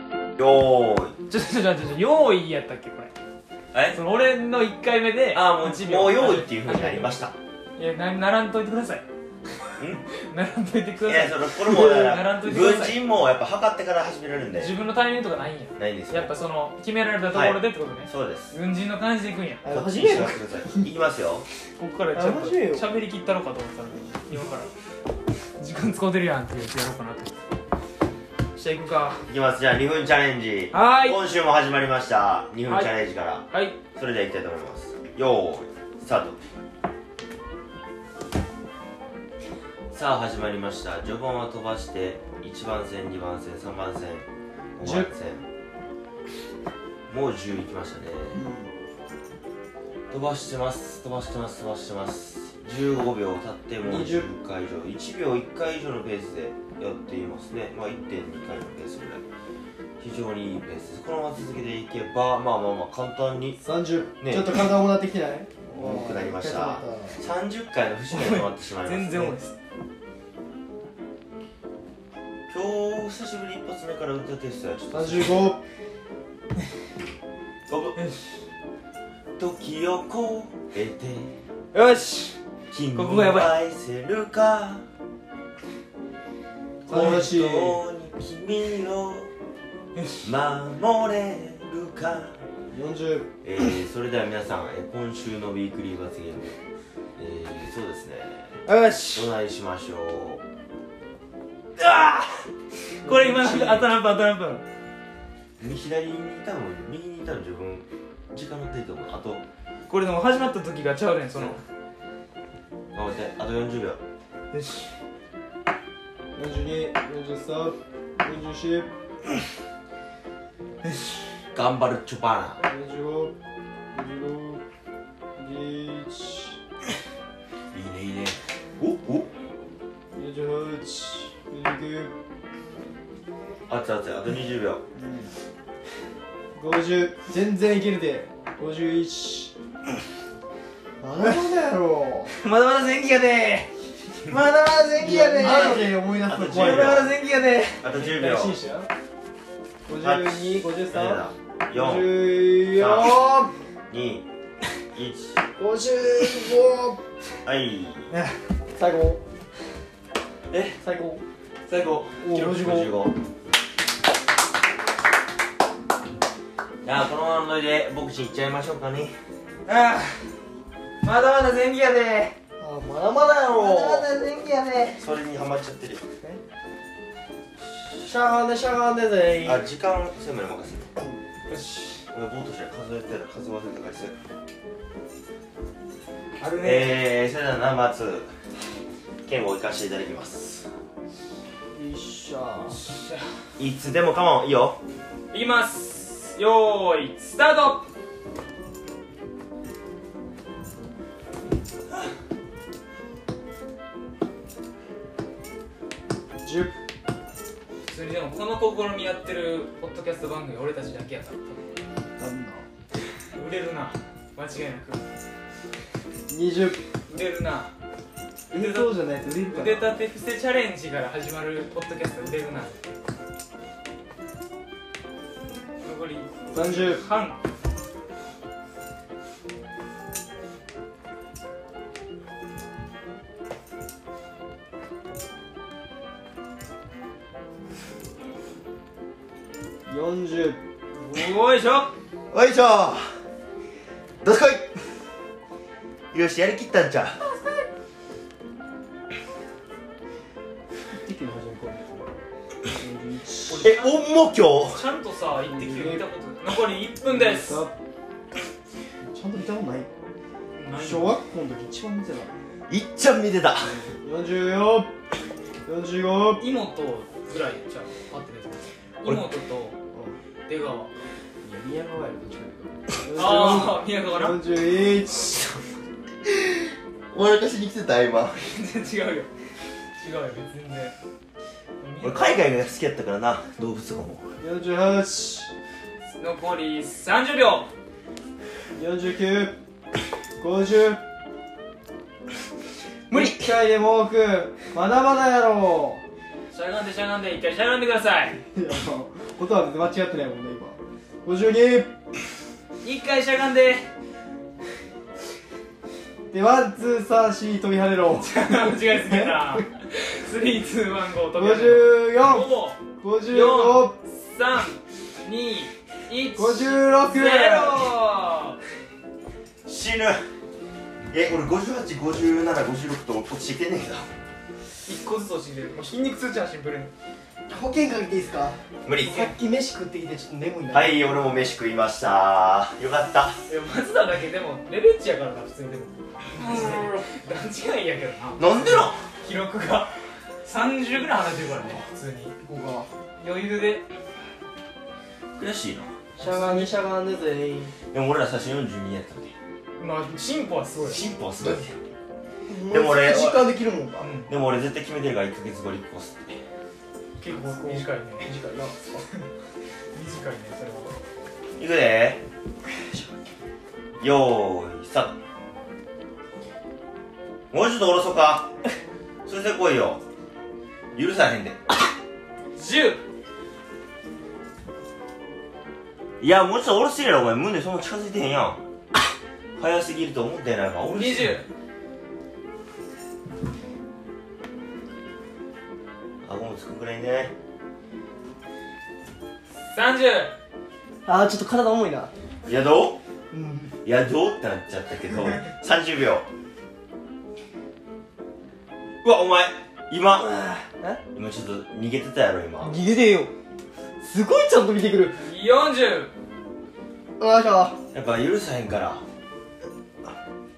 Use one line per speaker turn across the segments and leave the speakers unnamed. よーい
ちょっとちょっとちょっと用意やったっけこれ
え
その俺の1回目で
ああもう
1
もう用意っていうふうになりました
いやなならんといてください ならんといてく
い
だ
や
さ
そのこれもだ
な
からら
んといてください
軍人もやっぱ測ってから始められるん
い
で
自分のタイミングとかないんや
ないんですよ
やっぱその決められたところでってことね、
そうです
軍人の感じでいくんや
あ初めて
一緒
だ
にしてくださいいきますよ
こっからちょっ
あ
と
面白いよ
喋り切ったろかと思ったのに今から時間使うてるやんっていうやつやろうかなとじゃあ行くか
いきますじゃあ2分チャレンジ
はーい
今週も始まりました2分チャレンジから
はい
それではいきたいと思いますよーいスタートさあ始まりました序盤は飛ばして1番線2番線3番線5番線もう10いきましたね飛ばしてます飛ばしてます飛ばしてます15秒経ってもう
20
10回以上1秒1回以上のペースでやっていますねまあ1.2回のペースぐらい非常にいいペースですこのまま続けていけばまあまあまあ簡単に
30、
ね
ちょっと体重くなってきてない
重くなりました
おー
30回の節目で終わってしまいます、ね、
全然重いです
今日久しぶり一発目から歌テストやちょっと
35
時を超えて
よし
君
ここがやば
を愛せるか
素晴らしい
本当に君を守れるか
40
えー、それでは皆さん、えー今週のウィークリー罰ゲーム、えー、そうですね
よし
どないしましょ
これ今のあと何分あと何分
うみ左にいたの右にいたの自分時間のっていいと思うあと
これでも始まった時がちゃうねんその
頑張ってあと40秒
よし
42、43、44、
頑張るチョパ
45、46、41、
ーナいいねいいねおお
48、29、
あとあとあと20秒
50全然いけるで51まだまだやろ
まだまだ前期やでまだまだ前期やで
後で思い出すの怖い
まだまだ
前期やで
あと10秒
大紳士や52、53、
4
54、
2 1
55
はい
最高
え
最高
最後
お55
55じゃあこのままのノリでボクシン行っちゃいましょうかね
ああまだまだ前期やで
あまだまだやろ
前期やで
それにハマっちゃってる
しゃがんでしゃがんで全員
あ時間は全部に任せる
よし
俺ボートして数えてたら数忘れたからして
あるね
えー、それではナンバー2剣を行かせていただきます
よっしゃ
いつでもかまんいいよ
いきますよーいスタート
10
普通にでもこの試みやってるポッドキャスト番組俺たちだけやから
なんだ
売れるな間違いなく
20
売れるな
えそうじゃないと出るか
腕
な
立て伏せチャレンジから始まるポッドキャスト売れるな残り
30
半
40
よいしょ
よいしょどすこいよしやりきったんちゃう
適の始めこ 41
えおんも今
ちゃんとさ、一滴を見たことない残り1分です
ちゃんと見たことない
何
小学校の時一番見てた
日いっちゃん見てた
44 45
妹ぐらいじゃあ、待ってね
俺
妹と出川
宮川や
ああ、宮川な
41
お腹しに来てた今
全然違うよ違うよ、全然
俺海外が好きやったからな動物がも
48
残り30秒
49 50
無理
一回でも多くまだまだやろ
しゃがんでしゃがんで、一回しゃがんでくださいう
いや音は間違ってないもんね今52
一回しゃがんで
でワンツーサーシー飛び跳ねろ
間違いすぎた な3215飛び出る
5455
5 3 2 1
56
ゼロ
死ぬえ俺585756と落ちてきてんねんけど
一個ずつ落ちてるもう筋肉痛じゃんシンプルに
保険かけていいですか
無理
さっき飯食ってきてちょっと眠いな
はい俺も飯食いましたよかった
いや松田だけでもレベッチやからな普通にでも段違いやけどな
なんでなん
記録が30ぐらい離れてるからね普通に
ここ
余裕で
悔しいな
がしゃがんでしゃがんで全員
でも俺ら最初42やったんで
まあ進歩はすごいよ
進歩はすごいねでも俺
実感できるもんか
う
でも俺絶対決めてるから1ヶ月後立候補すって
ん結構短いね
短い
短
な
いねそれはい
くでよーいスタートもうちょっとおろそ かそれで来いよ許さへんで
10
いやもうちょっとおろしてやろお前胸そんな近づいてへんや ん早すぎると思ってないからおろして
20
顎もつくぐらいね
30
あーちょっと体重いない
やどう
うん
いやどうってなっちゃったけど30秒うわお前今
え
今ちょっと逃げてたやろ今
逃げてよすごいちゃんと見てくる
40
よいしょ
やっぱ許さへんから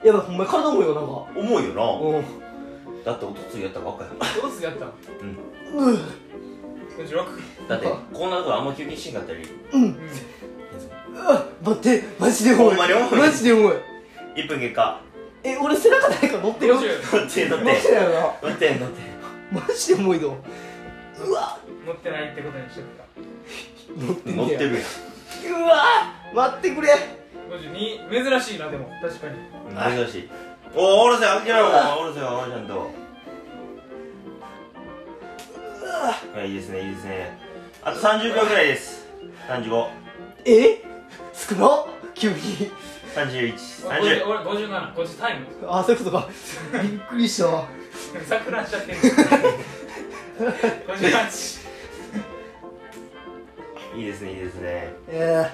やばいほんまに体重いよなんか
重いよ
う
な
ん
だっておとついやったばっかやもん
どうすやったの
う
46
だってこんなとこあんま休憩しんかったり
うん
あ待ってマジで重
ほ
い
んまに重い
マジで重い
1分経過
え俺背中誰か乗ってる乗っ
50
乗って乗って
てないよ
乗って乗って
なマジで重いぞうわ
持ってないってことにしとくか
乗ってん
乗っ
ね
て
や
る
うわ待ってくれ
52珍しいなでも確かに
やん珍しいおおおろせよ開けろよおろせよおろちゃんとはいいいですねいいですねあと30秒ぐらいです3531
え少な急に
30
俺57こっちタイム
あそういうことかびっくりしたわ
錯乱しちゃってる58
いいですねいいですね
え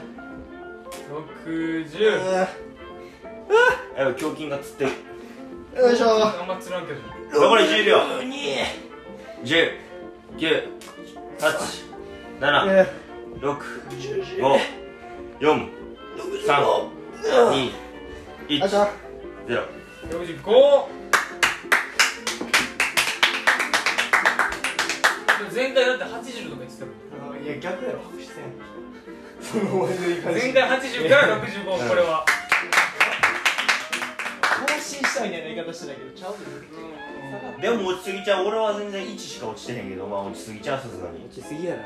ー、
60
え
やっぱ胸筋がつってる
ー、よいしょ
あんまつらんけど
残り10秒
に
10 9 8 7
え
6
ー、十十
5 4 3 2 1
あじゃあ
ゼロ
65でも前回だって80とか言ってたもん
いや逆だろしてんその俺の言い方
前回80から65これは
更新したみたいな言い方してたけどちゃう
でも落ちすぎちゃう俺は全然1しか落ちてへんけどまあ落ちすぎちゃうさすがに
ちすぎやな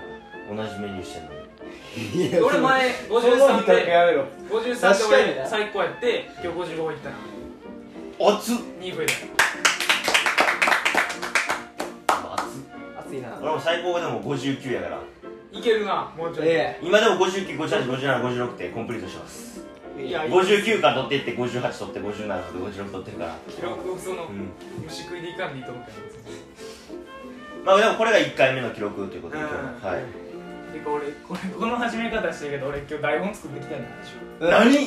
同じメニューしてんのに
い
俺前53で
やめろ
53で
確かに
俺
な
最高やって今日55行ったな
熱っ
2増えた
熱いな
俺も最高でも59やから
いけるなもうちょい、
え
今でも59585756ってコンプリートしてます
え
いや
59から取っていって58取って57取って56取ってるから
記録をその
うん
虫食いでいかんでいいと思ったんです
まあでもこれが1回目の記録ということで
うん
今日のはい
てか俺これこの始め方してるけど俺今日台本作ってきたんだでし
何
ょ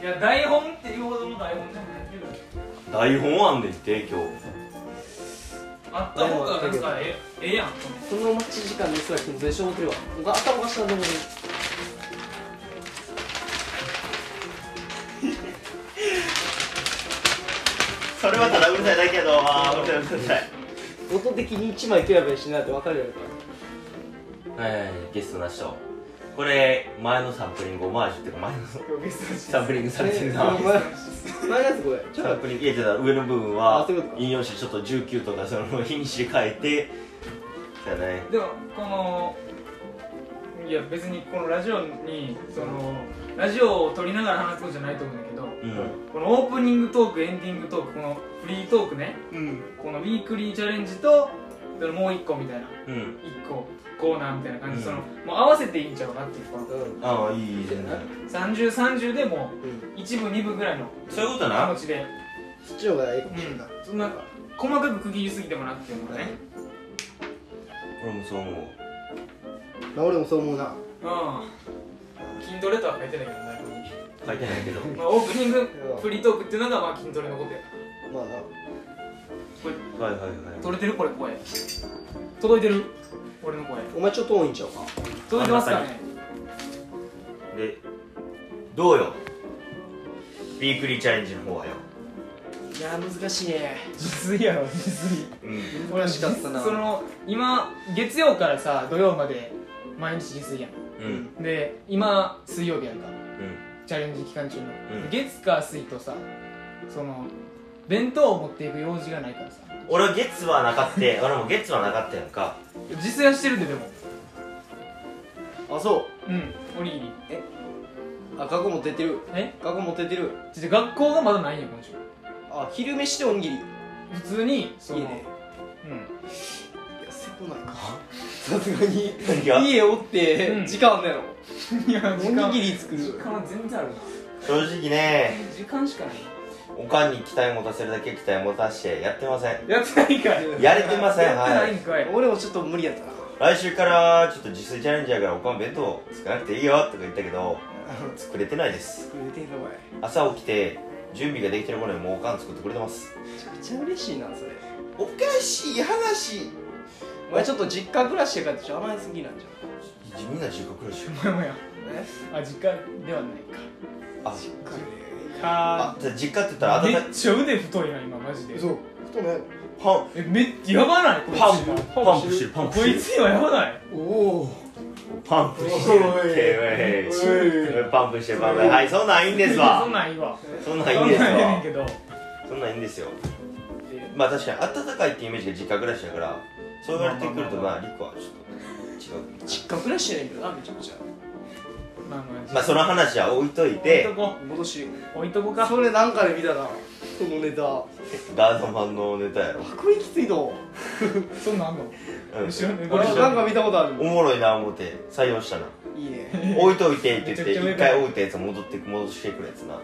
いや台本っていうほどの台本じゃないけど
台本案でって今
あった方がなんかええええやん
この待ち時間の人は全然思ってるわ僕頭が下でも
日そ れはただうるさいだけやどああうるさいうるさい
音的に一枚切ればいいしなって分かるやろから
はいゲストなしとこれ前のサンプリングオマージュっていうか前の
今日ゲストして
サンプリングされてるな
お前前のやつこれちょっ
サンプリング入れてた上の部分
あ
は
そういうことか
引用してちょっと19とかその日にち変えてだね
でもこのいや別にこのラジオにそのラジオを撮りながら話すことじゃないと思うんだけど
うん
このオープニングトークエンディングトークこのフリートークね
うん
このウィークリーチャレンジとそのもう一個みたいな
うん
一個コーナーみたいな感じで、
うん
そのもう合わせていいんちゃうかっていうこの
うん
ああいいいい全然
3030でも
うん
う1部2部ぐらいの
そういうこと
気
な
持ちで
そっちの方がいいかもしれない
そんな細かく区切りすぎてもなくてもね
俺もそう思う
まあ俺もそう思うな
うん筋トレとは書いてないけどねここに
書いてないけど
まあ、オープニングフリートークっていうのがまあ筋トレのことや
まあな
はいはいはい
取れてるこれ声届いてる俺の声
お前ちょっと遠いんちゃうか
届いてますかね
でどうよウィークリーチャレンジの方はよ
いや難しいね
実技やろ実技
うん
難しかったな
その今月曜からさ土曜まで毎日実技や
う
うんん
んで今水曜日やんか
うん
チャレンジ期間中の、
うん
月か水とさその弁当を持っていく用事がないからさ
俺は月はなかって 俺も月はなかったやんか
実践してるんででも
あそ
うんおにぎりえ
うあ学校持ってってる
え
学校持ってってる
ちょ学校がまだないんや今週
あ昼飯でおにぎり
普通にその
家で
うん
いやせこないかさすがに
何が
家おっ
う
て
ん
時間あんのやろ
いや
おにぎり作る
時間は全然あるな
正直ね
時間しかない
おかんに期待持たせるだけ期待持たしてやってません
やってないんかい
やれてません
やって
は
ない
い
んかい、
俺もちょっと無理やったな
来週からちょっと自炊チャレンジやからおかん弁当作らなくていいよとか言ったけど作れてないです
作れてんのかい
朝起きて準備ができてる頃にもうおかん作ってくれてます
めちゃくちゃ嬉しいなそれ
おかしい話
お前ちょっと実家暮らしやからちょっと甘えすぎなんじゃ
みんな中学らしよ
もやもや
んね
あ実家ではないか
あ
か
あじゃあ実家って言ったら温
め
かい
っちゃ腕太いな今マジで
そう太め
パン
えめっやばないこいつ
パンプパンプしてるパンプ
こいつ今やばない
おお
パンプしてるって
お
おい
い
パンプしてるパンプしてるはいそんなんいいんですわ
そんなんいいわ
そんなん
そ
いい
ん
んです
なんええねん
わ
けど
そんなんいいんですよまあ確かに温かいってイメージが実家暮らしだからそう言われてくると
ま
まあリコはちょっと違う
実家暮らしやねんけどなめちゃくちゃ
まあまあ
まあその話は置いとい
置
て
いとこ
戻し
置いとこか
それなんかで見たなそのネタこ
ガードマンのネタやろ、
れきついの
そんなんあんの後
う
ろに
俺なんか見たことあ
ん、お
る
もろいな思って採用したな
いいね
置いといてって言って
めちゃくち
一
ゃ上から
回置いたやつ戻って戻してくるやつな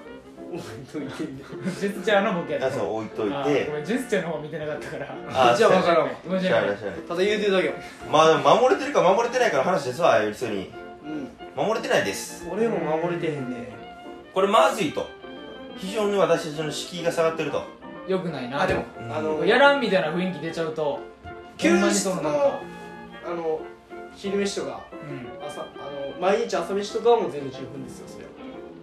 お前といてんね
ジェスチャーのボケや
あそう置いとい
あ
て
ごめんジェスチャーの方見てなかったから
あ
じゃあ分からんわ
ごめん
知
じゃ
ら
な
ないい知らない
ただ言うてるだけよ
まあでも守れてるか守れてないかの話ですわ要するに
うん
守れてないです
俺も守れてへんね
これまずいと非常に私たちの敷居が下がってると
よくないな
あでも
うん
あの
やらんみたいな雰囲気出ちゃうと
休
ほんまに
日
そ
の
なんか
あの昼飯とか
うん
朝あの毎日朝飯とかはもう全部十分ですよそれは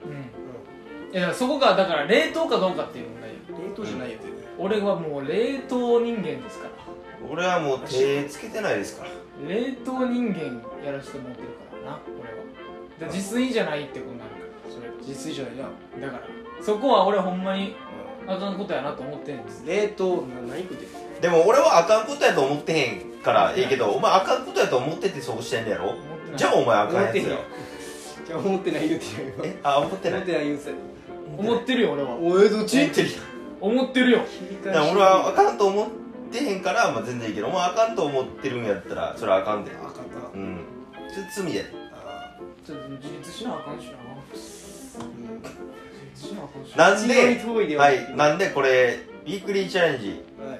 うんいやだからそこがだから冷凍かどうかっていう問題よ
うん冷凍じゃないよ全然
俺はもう冷凍人間ですから
俺はもう手つけてないですから
冷凍人間やらせてもらってるからな俺はだから自炊じゃないってことになるからそれ
自炊じゃないな
だからそこは俺ほんまにあかんことやなと思ってるんです
冷凍な何食ってる
でも俺はあかんことやと思ってへんからええけどお前あかんことやと思っててそうしてんねやろ
思ってない
じゃあお前あ
思
かんや
っ
つ
てへん
よ
じゃあ思ってない言うてるよ
えあ思って
今
ない
思ってない言うて
思ってるよ俺は
おえどっ
思ってるよ
思ってるよ
だから俺はあかんと思ってへんから、まあ、全然いいけどお前あかんと思ってるんやったらそれはあかんで
あかんな
うんちょっと罪やで
あ
ちょっと自立しなあかんしな
ーうん
自立しなあかんしな
なん
強い
で
遠いでは
はいなんでこれウィークリーチャレンジ
はい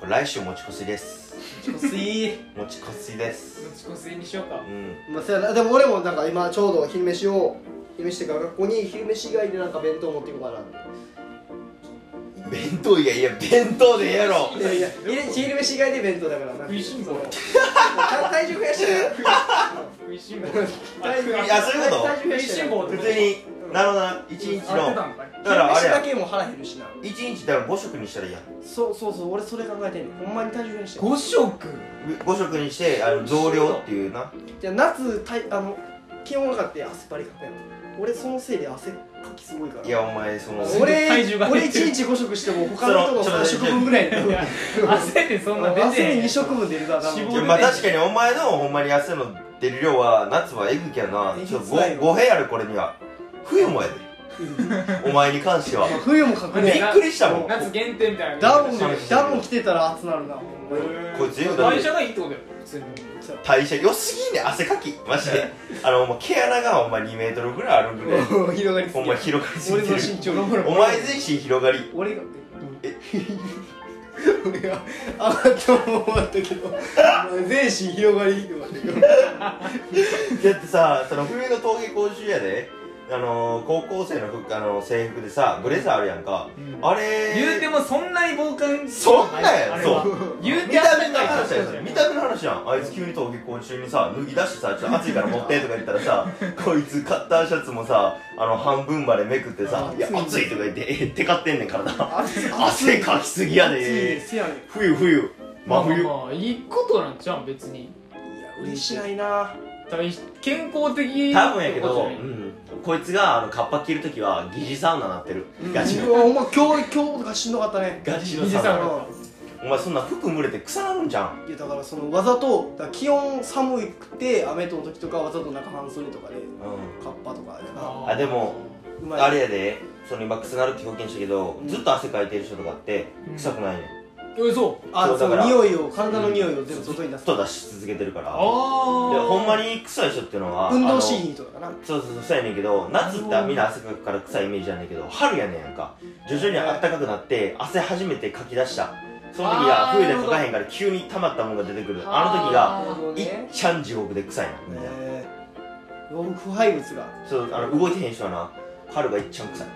これ来週持ち越しです
ちょっといい
持ち越しです
自己性にしよう
う
か
ん
まあせやなでも俺もなんか今ちょうど昼飯を昼飯っていうか学校に昼飯以外でなんか弁当持っていこうかなって
弁当以外いや弁当でええやろ
いやいや昼飯以外で弁当だからな
食いしん坊
体重増やしてな
食いしん坊
体重
いやそういうこと
体重増
食
や
い
して
し
なん
坊って
普
こと
通になるほどな一日
合ってた
の
んかい
だからあれ
昼飯
や
だけも腹減るしな
一日だから5食にしたらいいやん
そうそうそう俺それ考えてんねんほんまに体重増やして
5食
5食にしてあの増量っていうな
じゃあ夏たいあの気温上がって汗ばりかくやん俺そのせいで汗かきすごいから
いやお前その
そ
俺
体重が
俺
減ってる
1日5食しても他の人の
その
3食分ぐらいだよ
いや 汗でそんな出てへ
汗
ん
2食分出るな多
脂
分
肪
いやまあ確かにお前のほんまに汗の出る量は夏はえぐきゃな
えぐい
ちょっと
辛いよ
5部屋あるこれには冬もやでお前に関しては
まあ冬も隠
び
れ
ね
っくりしたもんこ
夏限定みたいな
ダウ
ね
ンダウン着てたら暑なるなほんまに
いつよだって
会社がいいってことよ普通に
代謝良すぎんねん汗かきマジであのもう毛穴がお前2メートルぐらいあるぐらい
うん広がりす
ほん
ぎ
ま
や
広がりすぎ
俺
て
の
る
身長のほら
お前全身広がり
俺が
え
俺があなたも思ったけどお前全身広がりって思ったけど
だってさその冬の登下校中やであのー、高校生の服あの制服でさブレザーあるやんかあれー
言うてもそんなに防寒
そんなんや
あれ
そ
は
う
言う
見
て
た目の話や
や
それ見た目の話やんあいつ急に登下校中にさ脱ぎ出してさちょっと暑いから持ってとか言ったらさこいつカッターシャツもさあの半分までめくってさ
あ
「いや暑
暑い
い」とか言って「えってかってんねん体
暑い
汗かきすぎや
暑いで
です
やね
冬冬真冬
まあまあまあいいことなんちゃうん別に
いや嬉しないな
大し健康的
多分やけ
ってこと
ど、
じゃない
こいつがあのカッパ着るときは疑似サウナなってる、ガチ
う
の
わほんま今日今日とかしんどかったね
ガチ
疑
の
似
サウ
サウ
ナ
ナ
お前そんな服蒸れて腐るんじゃん
いやだからそのわざとだから気温寒くて雨との時とかわざと中半袖とかで
う
カッパとかでな
あ
あでも
うんまい
あれやでその今腐るって表現したけど、
うん
ずっと汗かいてる人とかって
うん
臭くないねん
えそう
あ
そうだ
そ
か
の
ら
匂いを体の匂いを全部外に出
ず
す
っと出し続けてるからで
ああ
ほんまに臭い人っていうのは
運動シ
あの
ーンとかかな
そうそうそうそうやねんけど夏ってみんな汗かくから臭いイメージやねんけど春やねんやんか徐々に暖かくなって汗初めてかき出したその時が
あー
冬でかかへんから急に溜まったもんが出てくるあの時が
あー
いっちゃん地獄で臭いなみたいな、
えー老腐敗物が
そうあの動いてへん人はな春がいっちゃん臭い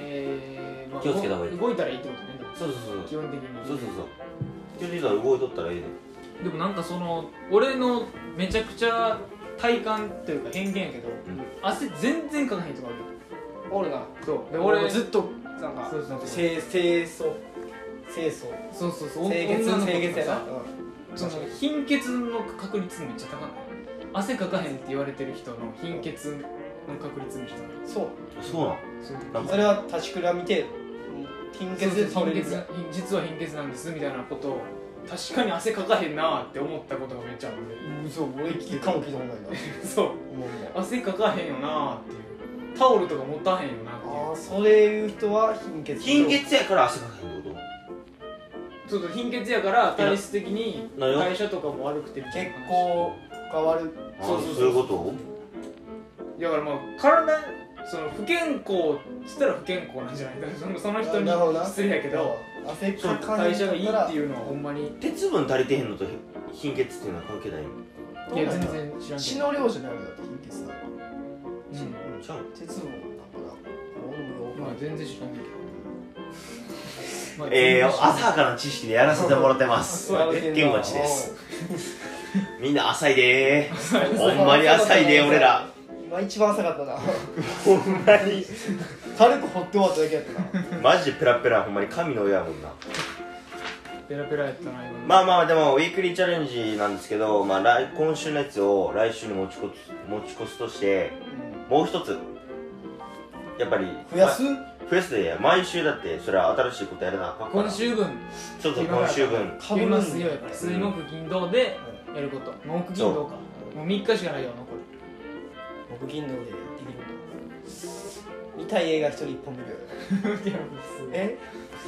へーまあ
気をつけた方がいい
動いたらいいってことねでも
そうそう
基
そう
本的に
そうそうそう気をつけたら動いとったらいいね
でもなんかその俺のめちゃくちゃ体感というか偏見やけど、汗全然かかへんとかある
おるな
そうで
で
俺
俺
ず
ずっとなんか
そうそうそう
清清掃清掃
そうそうそう
清潔
女の子とかさ
清潔やな
その貧血の確率めっちゃ高ない汗かかへんって言われてる人の貧血の確率めっちゃ
うんそう
そうなんない
高
ん
そう
それは立ちくらみてもう貧血で倒れるぐらい
貧血実は貧血なんですみたいなことを確かに汗かかへんなって思ったことがめっちゃある 俺
嘘俺一回も聞いた ことないな
そう
思うもん
汗かかへんよなっていうタオルとか持たへんよなっていう
ああそれいう人は貧血
貧血やから汗かかへんってこ
そうそう貧血やから体質的に
なるよ
代謝とかも悪くてみたい
血
な話
行が悪い
と
そうそ
あ
うそう
ーそういうこと
だからまあ体その不健康っつったら不健康なんじゃないかそのその人に
なるほどな
失礼やけど
汗
そう
かか
代謝がいいっていうのはほ
は
んまに
鉄分足りてへんのと貧血っていうのは関係ないの
いや全然知らん
血
けど
の量じゃないのだって貧血だ
うん
ちゃう
鉄分なんかな俺もよく
まあ全然知らんけど
えー、
まあ全然知らん
浅はかな知識でやらせてもらってます
そうやってんな
玄町ですみんな浅いでー
うん
ほんまに浅いでー俺ら
今一番浅かったな
ほんまに
軽く掘って終わっただけやったな
マジでペラペラほんまに神の親やもんな
ペラペラやったな今
まあまあでもウィークリーチャレンジなんですけど、まあ、来今週のやつを来週に持ちこ持ち越すとしてもう一つやっぱり
増やす
ま増やすで毎週だってそれは新しいことやらなあかんから
今週分
ちょっと今週分
か
食
ぶ
べ
るんだ
ますよ水木金土でやること木金土かもう3日しかないよ残り
僕銀のでできること見たい映画一人一本見る
いや普通
え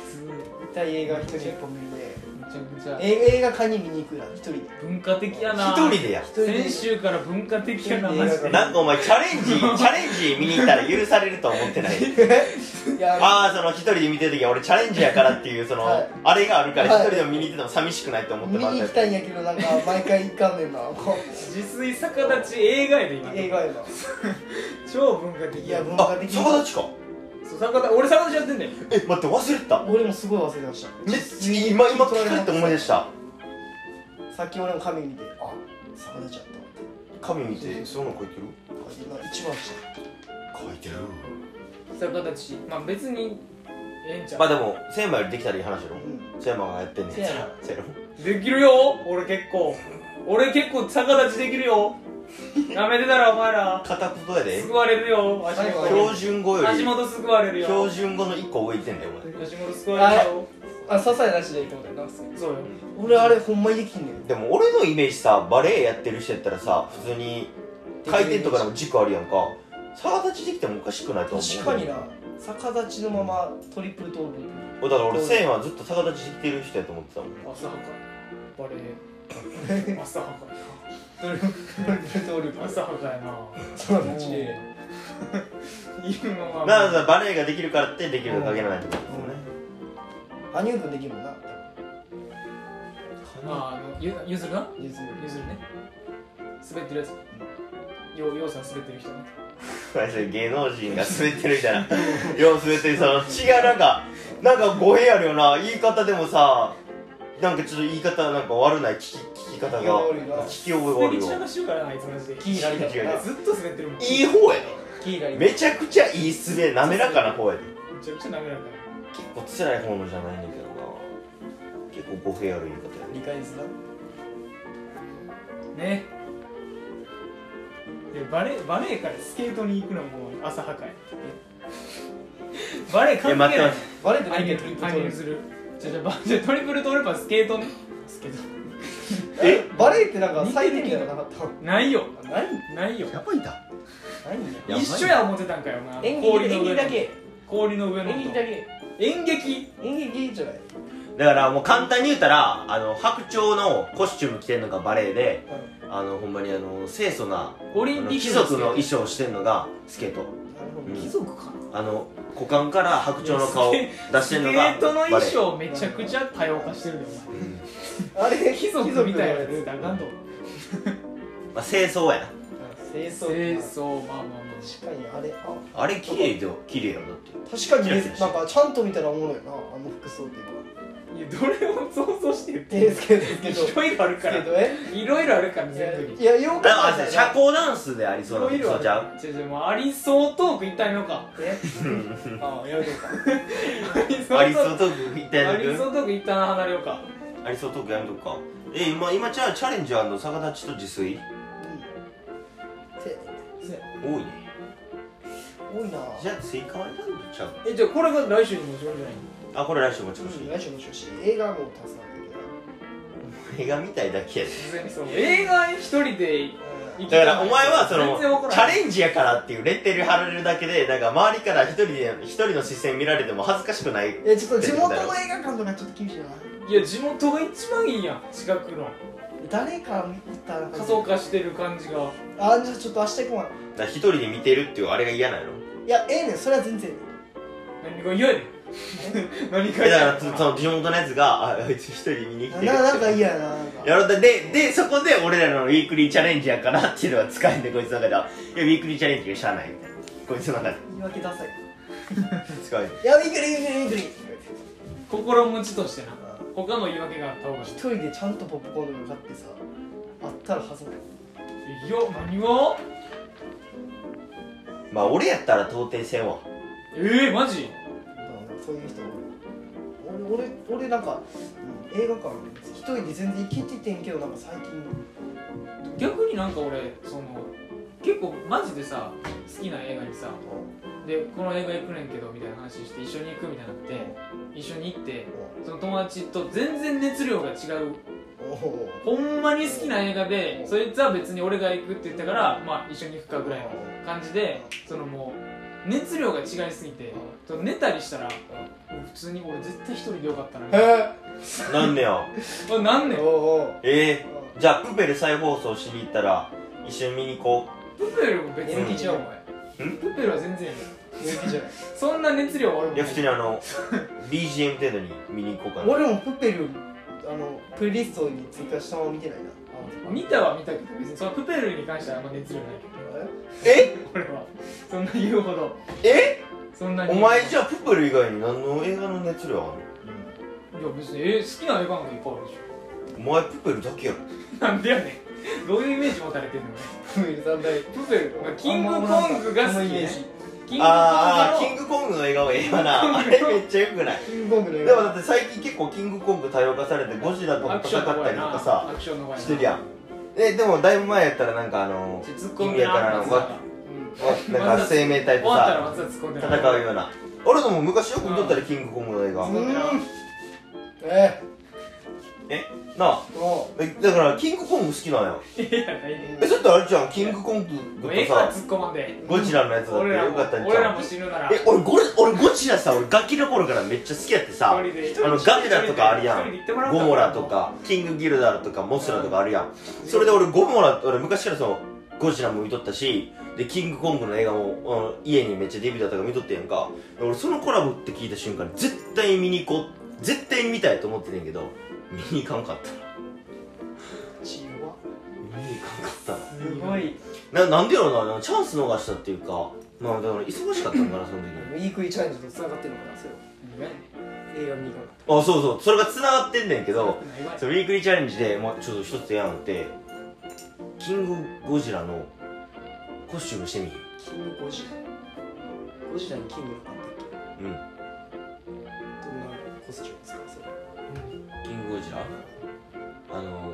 普通
見たい映画一人一本見るで
めちゃくちゃ
え映画館に見に行くな一人で
文化的やな
一人でやる
一人で
先週から文化的やな
一人
マ
で
ジ
映画
で
館
なんかお前チャ レンジチャレンジ見に行ったら許されると思ってない
いや
ああその一人で見てる時は俺チャレンジやからっていうその、
はい
あれがあるから
はい
一人でも見に行ってても寂しくないと思って
見
もらっ
に
た
行
り
きたいんやけどなんか毎回行かんねんなこう
自炊逆立ち映画やで今
映画やな
超文化的
いや文化
あ
的
逆立ちか
そう逆立俺逆立ちやってんだよ
え待って忘れてた
俺もすごい忘れてました
めっちゃ今今聞かれて思い出した
さっき俺も髪見てあ逆立ちゃったっ
神見てそんなの書いてる
て今一番した
書いてる
逆立ちまあ別にええんちゃう、
まあでも千山よりできたらいい話やろ
うん
千山がやってんねん
せやな
せやろ
できるよ俺結構俺結構逆立ちできるよなめてたらお前ら
片言やで
救われるよ足
最後
元
標準語よ
足
り
元救われる
標
よ
準語の一個上いってんだよ俺
足元救われるよ
あ些細なしでいいってことやな
そうよ
俺あれほんまにできんねん
でも俺のイメージさバレエやってる人やったらさ普通に回転とかでも軸あるやんか逆立ちできてもおかしくないと思う
確かにな逆立ちのままトリプルトーループ
おだから俺千円はずっと逆立ちしてる人やと思ってたもん
浅はかバレー浅はか
トリプルトーループ
浅はかやな
そうだね
言うのは
ならバレエができるからってできるだけないってことですよね
羽生君できるもんな
まああのゆゆずるな
ゆず
ゆずるね滑ってるやつようようさん滑ってる人ね
これそれ芸能人が滑ってるみたいなよう滑ってるその違うなんかなんか語弊あるよな言い方でもさなんかちょっと言い方なんか悪ない聞き聞き方が
聞き覚え悪いな
聞き覚え
滑
悪
り
い
散らか
わ
しようからなあいつマジで
キーラリだ
違う違う
ずっと滑ってるもん
いい方や
キーラ
で
リ
めちゃくちゃいい滑り滑らかな方やで
めちゃくちゃ滑らか
結構辛い方のじゃないねんだけどな結構語弊ある言い方やね
理解ですな
やねでバレーバレーからスケートに行くのも浅はかや バレー
いや
関
待って
係ない
待って
バレてな
ア
い
ニ
け
メ
どトリプル
アニ
トー
メ
ルー
するじゃあじゃあバじゃあトリプルトーループはスケートねスケート
プえバレーってなんか最適じゃなかった
ないよ
何
ないよ
ばいだ
何
やばい
一緒や思ってたんかよな
演
氷
劇
の上の
演劇だけ
氷の上の音
演劇だけ
演劇
演劇じゃない
だからもう簡単に言うたらあの白鳥のコスチューム着てんのがバレエであのほんまにあの清楚な
オ
あ
リン
の
ピック
貴族の衣装してんのがスケート
なるほ
うん
ど貴族か
あの股間から白鳥の顔
ス
出し
ケ
て
ス
んの
ケ
が
ートの
バ
衣
レエ
装めちゃくちゃ多様化してるでお
うん
あれ
前貴族みたいなやつってあかんと
まあ清掃やな
清掃
清掃まあまあまあ
確かにあれあ
あれ綺麗だよ綺麗やろだって
確かに
キラ
ね
キラして
なんかちゃんと見たらおもろいなあの服装っていうか
いやどれを想像して言って
でスケートスケート
いろいろある
ス
か
ケ
ら
ートえ
いろいろあるから全部に
いやよく考えた
あ
ら
あ社交ダンスであり
い
そうな
ろ
こ
いろあ
と
る
ち
か
ゃ
ら
う
違う違うもうありそうトークいったいのか
え あやめとこうか
あり
アリソ
ト
ートーク一体
ークあ
や
り
めと
そうトークいったん離れようか
くアリソートークやめとくかえ今今じゃあチャレンジャーの逆立ちと自炊
せ
多いね
多いな
じゃあ追加は選んでちゃう
えじゃあこれが来週にもちろんじゃない
あこれ来週もち
う
ろし
ん来週もしよし映画もたくさんある
映画みたいだけやで
全然そう映画一人で
け
行き
ど
だ
たい
からお前はそ
全然わ
の
からん
チャレンジやからっていうレッテル貼られるだけでなんか周りから一人で一人の視線見られても恥ずかしくない
えちょっと地元の映画館とかちょっと厳しいない
や地元が一番いいやん近くの
誰か見たら
仮想化してる感じが
あじゃあちょっと明日行こ
だから一人で見てるっていうあれが嫌なの
ういやええねんそれは全然え
何が嫌やねん 何が
だか
嫌や
ら
ねん
その地元のやつがああいつ一人見に来
え
て
ねん
る
ななんか嫌やななんか
やろうででそこで俺らのウィークリーチャレンジやからっていうのが使えんでこいつの中ではいやウィークリーチャレンジがしゃあないみたいなこいつの中で
言い訳ダサい
使えん
いやびっくりびっくりびっくり
心持ちとしてな他の言い訳があった方がい
一人でちゃんとポップコーンとか買ってさあったらはずない
いいや何が
まあ俺やったら到底せんわ
えー、マジ
そういう人俺俺俺なんか、うん映画館一人で全然行けててんけどなんか最近
逆になんか俺その結構マジでさ好きな映画にさでこの映画行くねんけどみたいな話して一緒に行くみたいになって一緒に行ってその友達と全然熱量が違う
おお
ほんまに好きな映画でそいつは別に俺が行くって言ったからまあ一緒に行くかぐらいの感じでそのもう熱量が違いすぎてその寝たりしたら普通に俺絶対一人でよかったなみたいな
へ
なんねや
あなんね
え
ん
おお
えー、じゃあプペル再放送しに行ったら一緒に見に行こ
プペルも別に違うお前
ん
プペルは全然や
人気じゃない
そんな熱量は俺も
ういや普通にあの BGM 程度に見に行こうかな
俺もプペルあのプレイリストに追加したまま見てないな
見たは見たけど別にそのプペルに関してはあんま熱量ないけど
え
俺はそんな言うほど
え
そんなに
お前じゃあプペル以外に何の映画の熱量ある
いや別に、え好きな映画なんかいっぱいあるでし
のお前プペルだけやろ
ょ なんでやねんどういうイメージ持たれてんの俺
プペル三大
プペルキングコングが好きねキングコング
あーあーキン
の
グコングの映画はええわな あれめっちゃよくない
キングコングの映
でも
画
だって最近結構キングコング多様化されてゴジラとも
アクシ
戦
ョ
っ
ン
た
の声
りと
な
かさ
アクションの声な
してるやんえでもだいぶ前やったらなんかあの
ツッコミな
意味わからんなんか生命体
終
と
わったら
さ
松田突っ込んで
戦うような俺のも昔よく見とったらキングコングの映画
うんえ
なあ
お
えだからキングコング好きなんや
いやないね
えそれってあれじゃんキングコン
も
グ
うええ
と
から
さ
突っ込まんで
ゴジラのやつだって
俺ら
よ
も
かったんち
俺ら
ゃ
も
う
死ぬなら
え俺ゴリ俺ゴジラさ俺ガキの頃からめっちゃ好きやってさ
一人で一人
あのガジラとかあるやん
一人で行ってもらおう
ゴモラとかキングギルダーとかモスラとかあるやんそれで俺ゴモラ俺昔からそのゴジラも見とったしでキングコングの映画もあの家にめっちゃデビューだったから見とってやんかで俺そのコラボって聞いた瞬間に絶対見に行こう絶対見たいと思ってねんけど見に行かんかった
チームは
見に行かんかったな
すごい
ななんでやろうなチャンス逃したっていうかまあだから忙しかったんかなその時
ウィークイーチャレンジと繋がってるのかなそれは映画見に行かなかっ
あそうそうそれが繋がってんねんけど
何が
そのウィークリーチャレンジで、まあ、ちょっと一つやんってキングゴジラのコスチュームしてみ
たキングゴジラゴジラにキングがあったっけ
うん
どんなコスチュームですかそれ
キングゴジラあの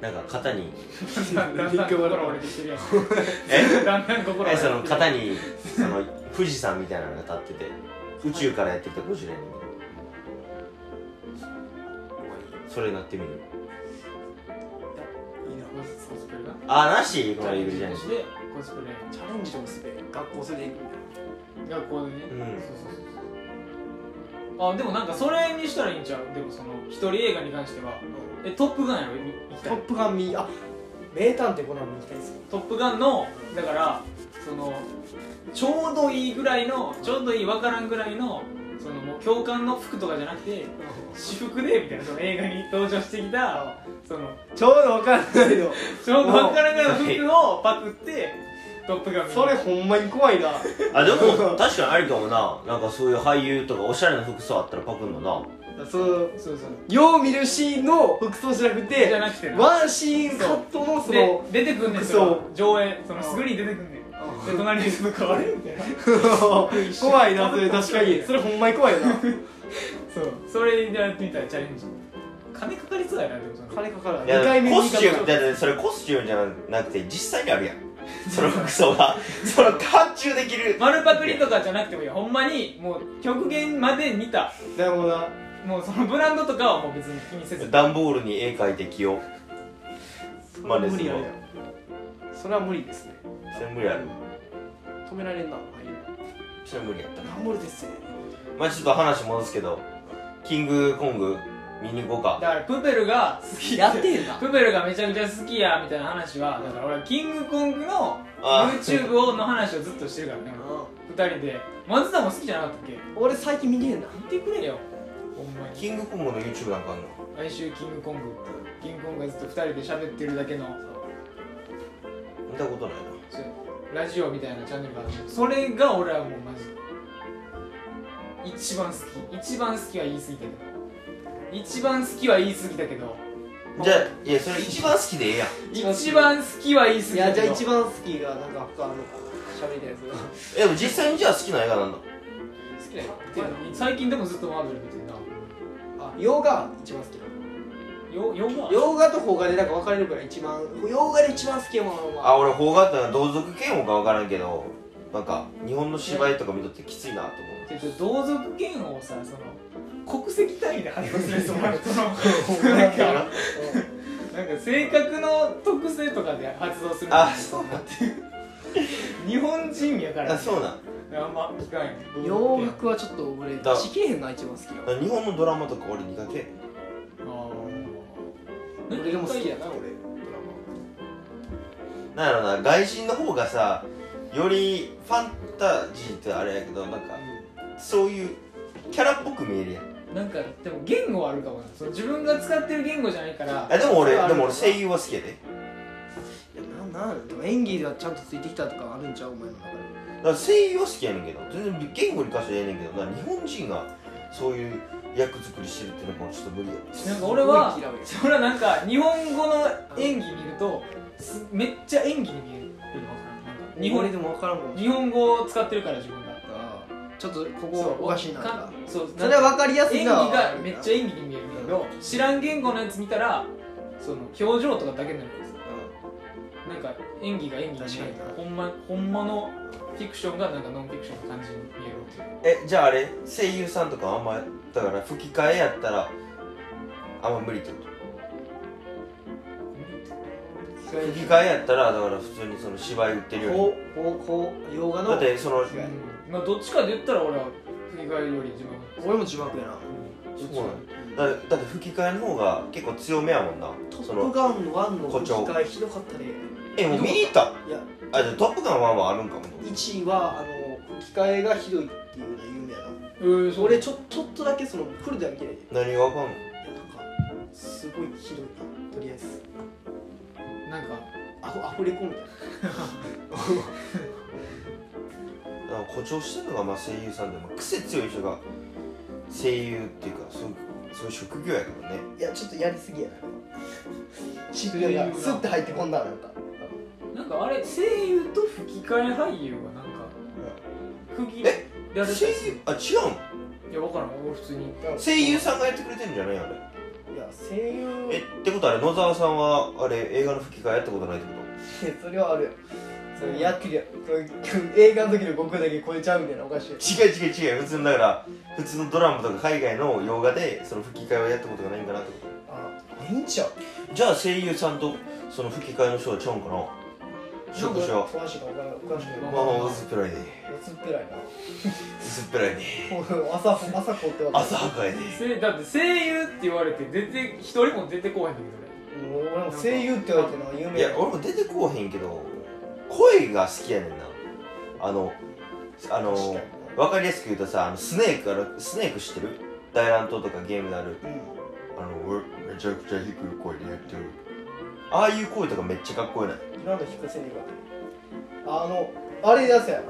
なんか肩に
だんだん心折れてきてるやん
え
だんだん心折れ
え
てきて
そ
る
の肩にその富士山みたいなのが立ってて宇宙からやってきたゴジラにそれになってみる
いいな
コスコスプレが
あなしこ
チャ
の
レ
イ
ン
ブ
ジ
リじゃ
で
ない
コスプレ
チャレンジでもすべ学校それで行くみたいな
がこうね
うん
そうそうそうそうあでもなんかそれにしたらいいんちゃうでもその一人映画に関してはえトップガンやろ行きた
ト
い
ップガン見あ名探偵コナン見に行きたいですよ
トップガンのだからそのちょうどいいぐらいのちょうどいいわからんぐらいのそのもう教官の服とかじゃなくて私服でみたいなその映画に登場してきたその
ちょうどわかんないよ
ちょうどわからんぐらいの服をパクってトップガン見に
それほんまに怖いな
あでも確かにありかもななんかそういう俳優とかおしゃれな服装あったらパクんのな
その
そうそう
よう見るシーンの服装じゃなく
じゃ
て
なくてな
ワンシーンカットのそ
で
の
出てくんねん
服
そ
装
の上映そのすぐに出てくんねんで隣にその変わるみたいな
怖いなそれ確かにそれほんまに怖いな
そうそれでやってみたらチャレンジ金かかりそうやなでもその
金かからん
いや
2回目
コスチューム
た
だってそれコスチュームじゃなくて実際にあるやんその服装がその発注できる
丸パクリとかじゃなくてもいいよほんまにもう極限まで見た
だよな
もうそのブランドとかはもう別に気にせず
段ボールに絵描いて着よう
それ
まあ
は
ね
無理やねそれは無理ですね
それ無理ある
止められんなああいう
それ無理やったな
なんぼるですね
まあちょっと話戻すけどキングコング見に行こう
だ
か
からプペルが好き
やってんな
プペルがめちゃくちゃ好きやみたいな話はだから俺はキングコングの
あ
YouTube をの話をずっとしてるからね二人で松田も好きじゃなかったっけ
俺最近見ねえな
見てくれよほんまに
キングコングの YouTube なんかあんの
来週キングコングキングコングがずっと二人で喋ってるだけの
見たことない
そうラジオみたいなチャンネルがあるそれが俺はもうマジ一番好き一番好きは言い過ぎたけど一番好きは言い過ぎたけど
なじゃあいやそれ一番好きでええやん
一番好き
一番好きは言い過
い
ぎた
や
け
じ
ど
ゃあ一番好きがなんか他あるのかな喋りたいやつが
えでも実際にじゃあ好きな映画なんだ
好きなや
見てんの最近でもずっとマーベル見てるな
あ洋画一番好きなの
よよが
洋画と邦画でなんか分かれるから一番洋画で一番好きやもんお前
あ俺邦画ってのは同族嫌悪か分からんけどなんか日本の芝居とか見とってきついなと思う
ていうか同族嫌悪をさその国籍単位で発表する人もあるその
な
なんん
か
かなんか性格の特性とかで発動する
あそうなん
日本人やから
あそうなん
あんま聞かんよ
洋楽はちょっと俺
だ
ちきれへんな一番好きな
日本のドラマとか俺苦手
俺でも好きやな俺
なんやろな外人の方がさよりファンタジーってあれやけどなんかそういうキャラっぽく見えるやん
なんかでも言語はあるかもなその自分が使ってる言語じゃないから
あでも俺
それはある
でも俺声優は好きやで
いやななんでも演技がちゃんとついてきたとかあるんちゃうお前の中で
だから声優は好きやねんけど全然言語に関してはええねんけどな日本人がそういう役作りしてるってのもちょっと無理や
なんか俺は
すごい嫌い
それはなんか日本語の演技見るとすめっちゃ演技に見えるなんか日
日本
本
でも分からんもん
日本語を使ってるから自分が
ちょっとこ
そ
こ
う
おかしいなとか
そう
それは分かりやすい
演
な
技がめっちゃ演技に見えるんだけど知らん言語のやつ見たらその表情とかだけになるんですよなんか演技が演技に見える
確かに
ほんまほんまのフィクションがなんかノンフィクションの感じに見えるっていう
えじゃああれ声優さんとかあんまだから吹き替えやったらあんま無理ってこと
うん
吹き替えやったらだから普通にその芝居売ってるよ
こうこうこう洋画
り
の
だってその
吹き替え
まあどっちかで言ったら俺は吹き替えより自分
俺も字幕やな
そうだだって吹き替えの方が結構強めやもんな
ト
そ
ップ
の
ガン1の
誇
吹き
張
替えひどかったね
えもう見に行った
いや
あじゃあ「トップガン1」はあるんかも
1位はあの吹き替えがひどいっていうのが有名やな
の。うん、そ
俺
れ
ちょちょっとだけそのフルでは見てないい
何がわかんの
やなんかすごいひどいなとりあえず
なんか
アフアフレコみたいな
なんか誇張してるのがまあ声優さんでも癖強い人が声優っていうかそうそういう職業やからね
いやちょっとやりすぎやな
シップがスッて入ってこんだなんか
なんかあれ声優と吹き替え俳優がなんか吹
え
きであれ
声優あ違うん
いや分からん俺普通に
声優さんがやってくれてるんじゃないあれ
いや声優
えってことはあれ野沢さんはあれ映画の吹き替えやったことないってこと
それはあるよそれやっきりやそれ映画の時の悟空だけ超えちゃうみたいなおかしい
違う違う違う普通のだから普通のドラマとか海外の洋画でその吹き替えをやったことがないんかなってこ
あいいんちゃう
とじゃあ声優さんとその吹き替えの人はちゃうんかな職種は
詳しいか分からん詳しい
ま
か
あま
分からん
あ薄っぺらいで
薄っぺらいな
薄っぺらいで
もう朝朝子ってわけ
浅はかいで
せだって声優って言われて出て一人も出てこうへんだけど俺
もう俺も声優って言われてるのが有名
いや俺も出てこうへんけど声が好きやねんなあのあの
確か
分かりやすく言うとさあのスネークあるスネーク知ってる大乱闘とかゲームである
にうん
あの俺めちゃくちゃ低い声でやってるああいう声とかめっちゃかっこいいない
今の低くせねえかあのあれだせあの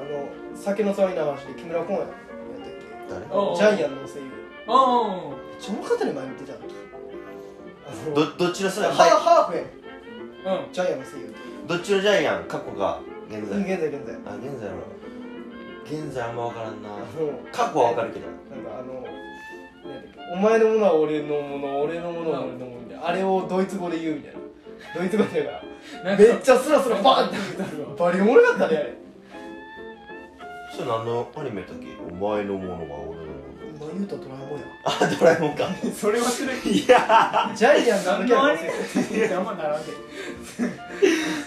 酒の騒ぎ流しで木村コンやったっ
誰
ああ
けジャイアンの声優
あ
めっちゃおもろかったね前見てた時あの
どどっちのスネーク
ハーハーフやん
あうん
ジャイアンの声優
どっちのジャイアン過去が現在
現在現在
あ現在の現在あんま分からんな
あの
過去は分かるけど
なんかあのなんだっけお前のものは俺のもの俺のものは俺のものみたいなあれをドイツ語で言うみた いなドイツ語だから
なんか
めっちゃスラスラバーンって
なんか
バリおもろかったねあれ
それ何のアニメだっけお前のものは俺のも
今言うたらドラえもん
のあド
や
ラえもんか
それ忘れ
いや
ジャイアンの
何
時
のア
は
ニメってあんまならんで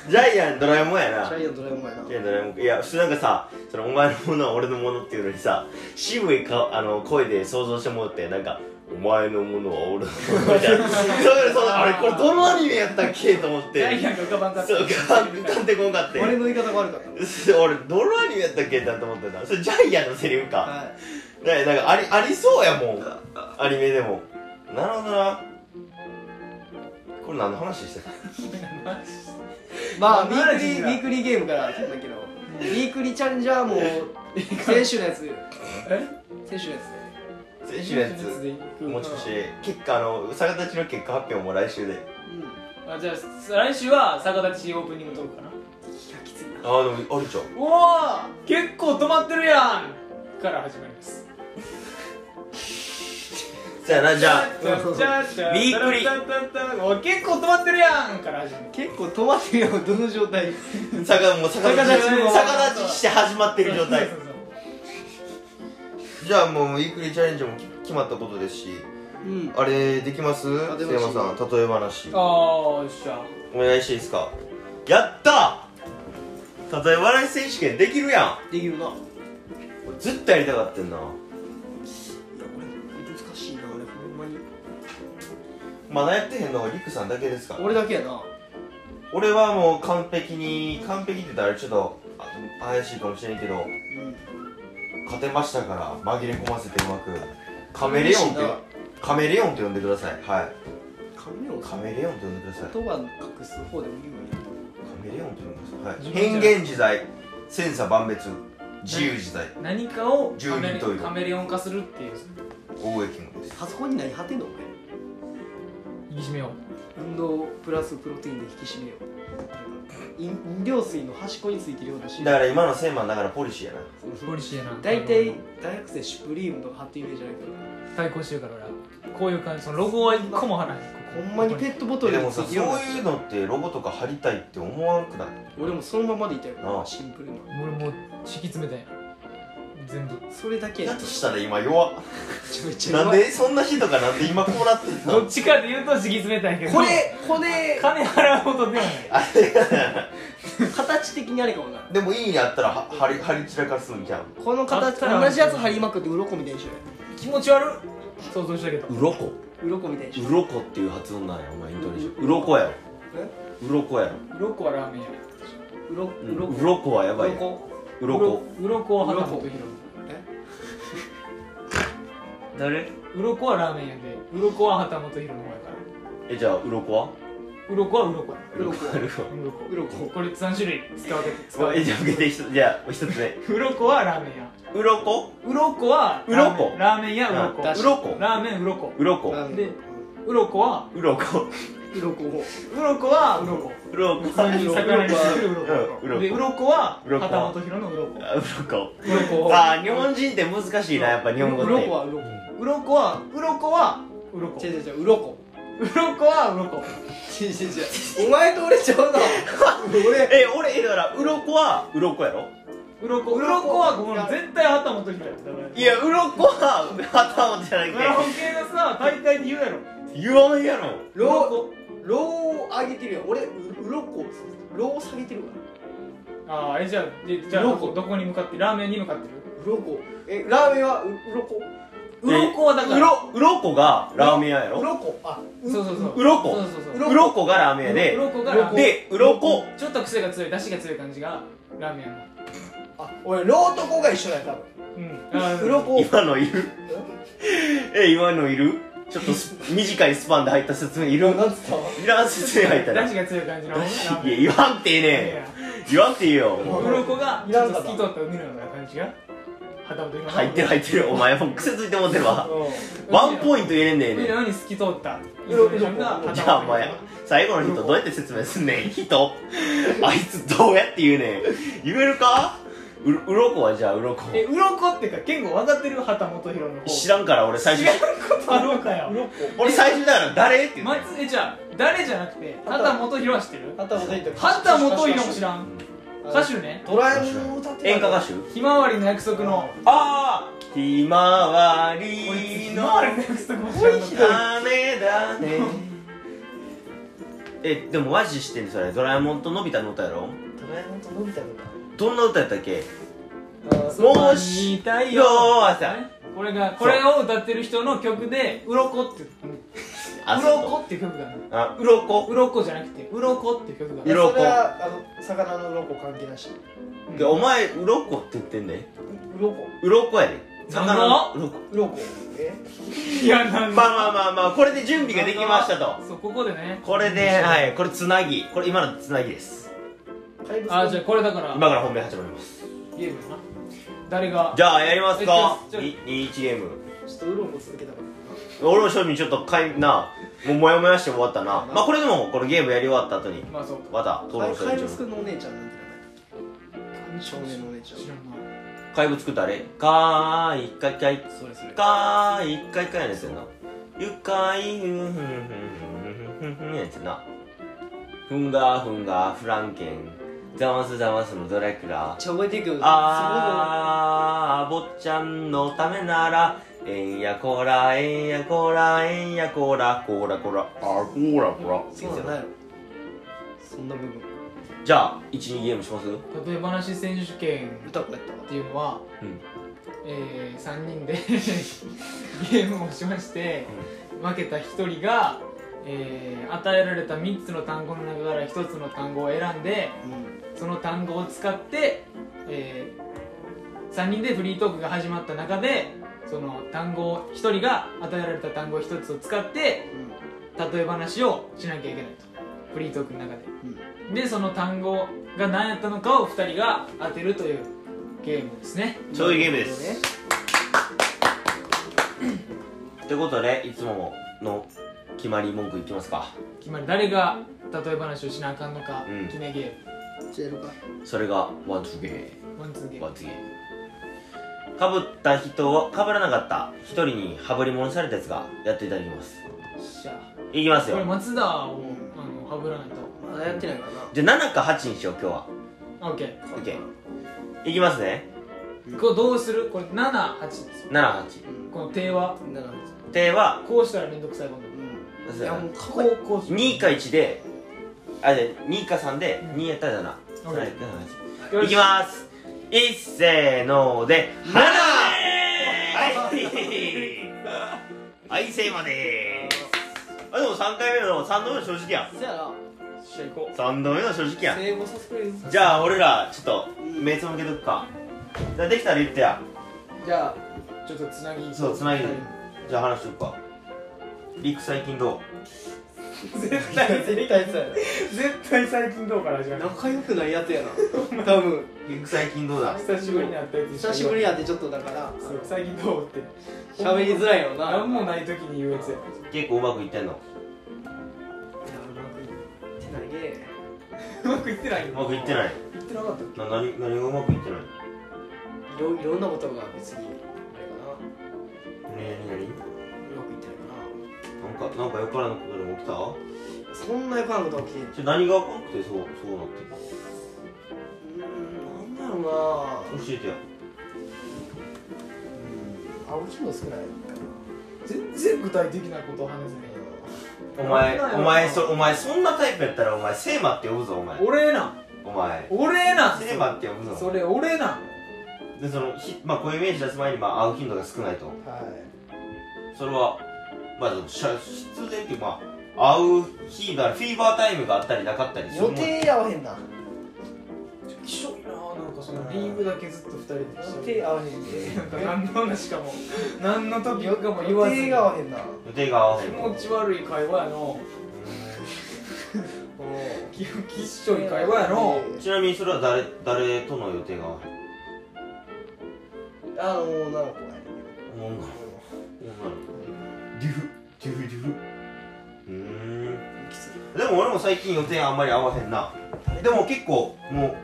ジャイアンドラえもんやな
ジャイアンドラえもんやない
やドラえもんいや普通なんかさそのお前のものは俺のものっていうのにさ渋いかあの声で想像してもらってなんかお前のものは俺のものみたいなそうそうあれこれどのアニメやったっけと思っ
ジャ
て
イアンが浮かばんかった
そうか浮かんでこんかって
俺の言い方悪かった
俺どのアニメやったっけだと思ってたそれジャイアンのセリフか
はい
だからなんかありありそうやもんアニメでもなるほどなこれ何の話してた
まあ、ウ
まあマ
ィークリ
ジ
ー、ウ
だ
ィークリーゲームからなんだけど、ウィークリーチャレンジャーも、先週のやつ、
え
先週のや
先週のやつ
で行く
もうちょっとして結果あの逆立ちの結果発表も来週で
あじゃあ来週は逆立ちオープニングトークかな
つ。いや、きついな。
ああでもありちゃう
おお結構止まってるやんから始まります
そやなじゃあ
じゃじゃじゃ
びっくり
お結構止まってるやんから始まる
結構止まってるよ、どの状態。
逆もう逆立ち
逆立ちの
逆立ちして始まってる状態
そうそうそう
じゃあもうウィークリーチャレンジもき決まったことですし
うん
あれできます
あで
瀬
も
山さん例え話
ああよっしゃ
お願いしていいですかやった例え話選手権できるやん
できるないや
俺ずっとやりたかったんな
俺難しいな俺ほんまに
まだやってへんのはリクさんだけですから
俺だけやな
俺はもう完璧に完璧って言ったらあれちょっとあ怪しいかもしれんけど
うん
勝てましたから紛れ込ませてうまくカメレオンってカメレオンと呼んでくださいはい
カメレオン
カメレオンと呼んでください
言葉隠す方でも言うんや
カメレオンと呼んでください、はい、
自分じゃ
変
ん
幻自在千差万別自由自在
何かを
十
カメ
人十
レ
色
カメレオン化するっていう
大江健吾です
パソコンに何貼ってんの俺
いじめを
運動プラスプロテインで引き締めよう飲飲料水の端っこについてるようなシール
だから今の千万だからポリシーやな
ポリシーやな
大体大学生シュプリームとか貼ってるイメージあるけ
対抗してるから俺はこういう感じそのロゴは一個も貼らない
どほんまにペットボト
えで
ル
も
につ
さ
い
そう
てるような
いうのってロゴとか貼りたいって思わんくない
俺もそのままでいたよ
ああ
シンプルな
俺もう敷き詰めたんや全部
それだけや
だ
め
としたら今弱
ちゃめちゃ
なん
弱い
でそんな人がなんで今こうなってん
どっ
の
ちかで言うと敷き詰めたいけど
これこれ
金払うほどではない
あれ
形的にあれかもな
でもいいにあったらは張り張り散らかすんじゃん
この
あっ
形
たら
同じやつ張りまくって鱗みたいにしよ
気持ち悪い想像したけど
うろこ
うよ鱗みたいにしよ
うろこっていう発音なんやお前イントネーションうろこやろうろこやろ
鱗はラーメンや
ううろうろ
うろこはやばいやんうろこ
鱗は畑本博
誰
鱗はラーメンやで鱗は畑本博の方やから
えじゃあうろこは
鱗は鱗や
う ろこ
鱗
うろこ
これ3種類使うけ使
は
う
えじゃあ受けて一つじゃあ一つ目
鱗はラーメンや
うろこ
鱗はラーメン
鱗
ラーメンや鱗
うろこ
ラーメン鱗
うろこ
で鱗は
うろこ
うろこ
鱗は鱗
うろこ
普通に魚にする
う
鱗
ん鱗
で鱗は
鱗
畑本博の鱗
あうろこ
鱗
あー日本人って難しいなやっぱ日本語
う
っ
ろ
て
こはうろこ
鱗は鱗は鱗
違う違う違ううろこ
鱗は鱗
違う違う違うお前と俺ちゃうな俺
え俺えだからうろこはうろこやろ
鱗鱗はこの絶対畑本博やだから
いやうろこは頭じゃない
カラ
か
オケのさ大会で言うやろ
言わんやろ
ローローを上げてるやん俺うろこローを下げてるわ
ああえじゃあでじゃあど
鱗
こどこに向かってラーメンに向かってる
うろこえラーメンはううろこ
え
鱗はだから
うろうろこがラーメン屋や
う
ろ
ろこあう
そうそうそう
うろこ
そうそうそう
うろこ
うろこがラーメン屋
う
で
ろこがラーメン
でうろこ
ちょっと癖が強い出汁が強い感じがラーメンや
あ俺ローとこが一緒だよ多分
うんあー
うろこ
今のいる え今のいるちょっとス短いスパンで入った説明いる
なんつったわ
いらん説明入った
出
らい
汁が強い感じのラ
や
ーメン
言わんてええね言わんてええよ
うろこが
い
ちょ
ら
っ
ん
と透
か
き
な
通った海のような感じが旗本
入ってる入ってるお前もう癖ついてもってるわワン
イ
ポイント入れんねえ
海
ね
のように透き通ったイントネーションが旗本
じゃあお前最後の人どうやって説明すんねん人あいつどうやって言うねん言えるかううろこはじゃあうろこ
えうろこってか言語分かってる旗本博の方
知らんから俺最
知らん
初
ことあるのかよ
うろこ
俺最初だから誰って言うねん
松江じゃあ誰じゃなくて畑本博は知ってる
ハタモトイって
畑本博も知らん歌手ね
ドラえもんを歌ってた
演歌歌手
ひまわりの約束の
ああひまわ
こいつ
り
ひ
の
まわりの約束も知らんの
ひ
か
どい
種だねえでもマジしてんのそれドラえもんとのび太の歌やろ
ドラえもんとのび太の歌
どんな歌やったっけ
あー
もうし
た
よ朝
これがこれを歌ってる人の曲で「うろこ」って「う
あ
ろこ」って曲がある
あうろこ
「うろこ」じゃなくて「うろこ」って曲があ
いや
る
鱗
それはあの魚のうろこ関係なし
でお前うろこって言ってんね
ううろこ
うろこやで
なん
魚うろこ
うろこえ
いやなん
まあ
だ
まあまあまあこれで準備ができましたと
そうここでね
これではいこれつなぎこれ今のつなぎです
怪物
あじゃあこれだから
今から本命始まります
ゲームやな誰が
じゃあやりますか
えちょちょ
21ゲーム
ちょっとうろこ続けたか
俺も正味ちょっとかいなもうモヤモヤして終わったなまあこれでもこのゲームやり終わった後に
まあそうか
また討
ら
論するん
怪
で
物
しょ
くんのお姉ちゃんなんて名前少年のお姉ちゃん
知らんな
怪物くん誰かーいかいかい
それそれ
かーいかいかいやねんてなゆかいふんふんふんふんふんふんふんやねんてなふんがふんがフランケンざますざますのドラキュラ
ちゃ覚えていくよ
あー坊ちゃんのためならえんやこらえんやこらえんやこらこらこらあーこらこら
すごいそうじゃないのそんな部分
じゃあ12ゲームします
例え話選手権
歌子やったわ
っていうのは、
うん
えー、3人で ゲームをしまして負けた1人が、えー与えられた3つの単語の中から1つの単語を選んで
うん
その単語を使って、え3人でフリートークが始まった中でその単語を1人が与えられた単語1つを使って例え話をしなきゃいけないとフリートークの中で。
うん
でその単語が何やったのかを2人が当てるというゲームですね
そういうゲームですってことでいつもの決まり文句いきますか
決まり誰が例え話をしなあかんのか
うん
決めゲー
じゃあやろうか
それがワンツーゲ
ムワンツーゲ
ー
ー
ワ
ム
ンツーゲーかぶった人はかぶらなかった一人に羽振り物されたやつがやっていただきます
よっしゃ
いきます
これ
よ
松田をあのはぶらないと
まだやってないからな
じゃあ7か8にしよう今日は
あ OK
オッケーいきますね
これどうするこれ78ですよ
78
この手は
うん7
手は
こうしたらめんどくさいこと
う
そ
ん
う
い
や
や
な
もうかっこいい
こうこう
2か1であで2か3で
うん
2やったらな、
オッ
は
ケ
い
ー
78いきますいっせーので7はいはいせーまでーすあでも3回目の3度目の正直や
そやな
じゃあ行こ
ん3度目の正直やん
聖母させてくれる
じゃあ俺らちょっと目つむけとくかじゃあできたら言ってや
うじゃあちょっとつなぎ
そうつなぎじゃあ話しとくかリック最近ど
絶対
絶対そうや
絶対最近どうから始まる
仲良くないやつ やな多分
うリック最近どうだ
久しぶりに会ったやつ
久しぶりやってちょっとだから
そう最近どうって
喋りづらいよな
何もない時に言うやつや
結構うまくいってんの
いやうまくいってないね
うまくいってないう
まくいって
い
ない
言ってなかったっ
な何何がうまくいってない
いろいろんなことが別にあれ
ねえ
かなうまくいってない
何何なんかなんかよからぬことでも起きた
かなそんなよくあることは起きて
ちょ何があかんくてそうそうなって
うーんなんだろうな
教えてや
あ俺ちょっと少ない
た全然具体的なことを話せない
お前
なんなんや
お前そお前そんなタイプやったらお前セーマって呼ぶぞお前
俺なん
お前
俺なん
セーマって呼ぶぞ
それ俺なん
でそのひまあこういうイメージ出す前にまあ会う頻度が少ないと
はい
それはまあでもしゃ必然っていうかまあ会う日がフィーバータイムがあったりなかったりする
予
もん
定合わへんな
きしょいななんかそのリーグだけずっと二人で
予
して
定
る
合わへんで
なんか何の話 かも何の時かも言
予
わず
定が合わへんな
予定が合わへん
気持ち悪い会話やのききっしょい会話やの
うんちなみにそれは誰誰との予定が合わへん
あの女の子やね
女の子女の子デュフデュフデュフうーん
きつい
でも俺も最近予定あんまり合わへんなでも結構もう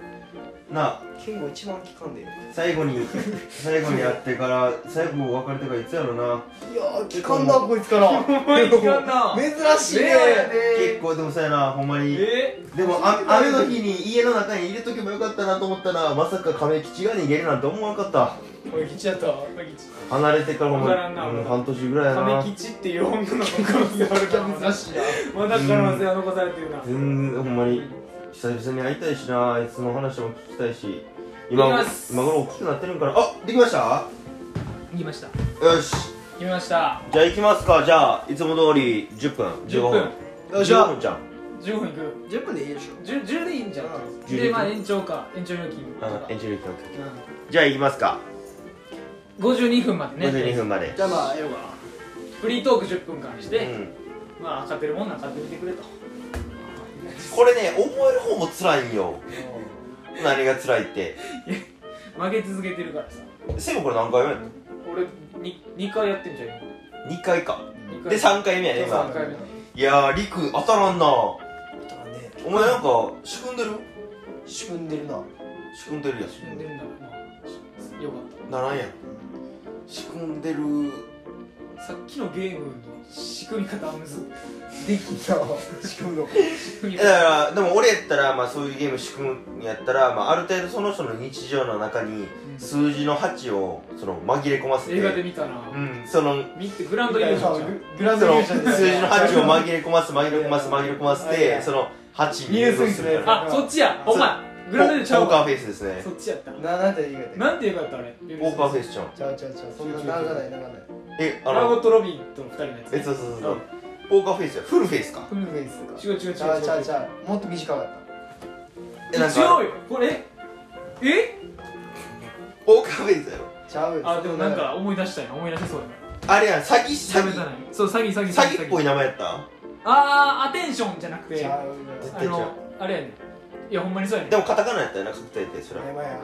な
健吾一番聞かんでいや
最後 に最後にやってから最後お別れてからいつやろな
ー聞かんなこいつから
聞かんな
珍しいね
レアや
結
で
構でもさやなほんまに
え
でもあ雨の日に家の中に入れとけばよかったなと思ったらまさか亀吉が逃げるなんて思わなかった
亀吉やったわ亀吉
離れてからほんま
わからんな
うん半年ぐらいやな
亀吉っていう女の子の可能性あるから
珍しいな
まだ可能性は残されてるな
全然ほんまに久々に会いたいしなあいつの話も聞きたいし今
行きます
今頃大きくなってるんかなあできました
言いました
よし
決めました
じゃあ行きますかじゃあいつも通り10分15
10
分
分
よっしゃ
15分じゃん
15分いく
10分でいいでしょ
10, 10でいいんじゃん
うん
10
でまあ延長か延長料金と
うん
か
エンジニアの曲じゃあ行きますか
52分までね
52分まで
じゃあまあええわ
フリートーク10分間にし
う
て、
ん
まあ勝てるもんなら勝ってみてくれと
これね覚える方も辛いんよ何が辛いって
負け続けてるからさ
セブこれ何回目やった
俺 2, 2回やってんじゃん今
2回か
二回
で3回目やね
そう
今
三回目
いやーりく当たらんなお
だからね
前なんか仕組んでる
仕組んでるな
仕組んでるやつ
死んでるんだからまあよかっ
ならんやん仕組んでる
たさっきのゲームの仕組み方はむずい
できた仕組むのか
仕組み
い
方
やだからでも俺やったら、まあ、そういうゲーム仕組むんやったら、まあ、ある程度その人の日常の中に
うん
数字の8をその紛れ込ませて
映画で見たな、
うんその
見てグランドイルージョンじゃん
グラ
そ
ズ
の
ル
数字
で
の8を紛れ込ます紛れ込ます紛れ込ませ
はいは
て
い
その8に
ニュースに
す
する
る
や
か
つ
ら
あそっちや
そう
お前グランドイルージョンちゃ
ポ
う
ーカー
わ
フェイスですね
そっちやった
ななんて言うか
なんてよかったあれ
ポーカーフ
ェ
ェイスちゃん
ちゃうちゃうちゃうそんな長ない長ない
えあ
マーゴ
の
ット・ロビンとの2人のやつ
えそうそうそうそうポーカーフェイスやフルフェイスか
フルフェイス
違う
か
違う違う違う
ちゃうちゃうちゃうもっと短かっ
え
た
なん
違
か
うよこれえ
ポーカーフェイスやろ
ちゃうよ
あでもなんか思い出したいな思い出せそうやな
あれやん詐欺詐
じゃ
欺
ないそう詐欺詐欺
詐欺っぽい名前やった
あーアテンションじゃなくて
ち
あ
ゃうよ
絶対違う
のあれやねいやほんまにそうやね
でもカタカナやったよな確定ってそれは
やばいや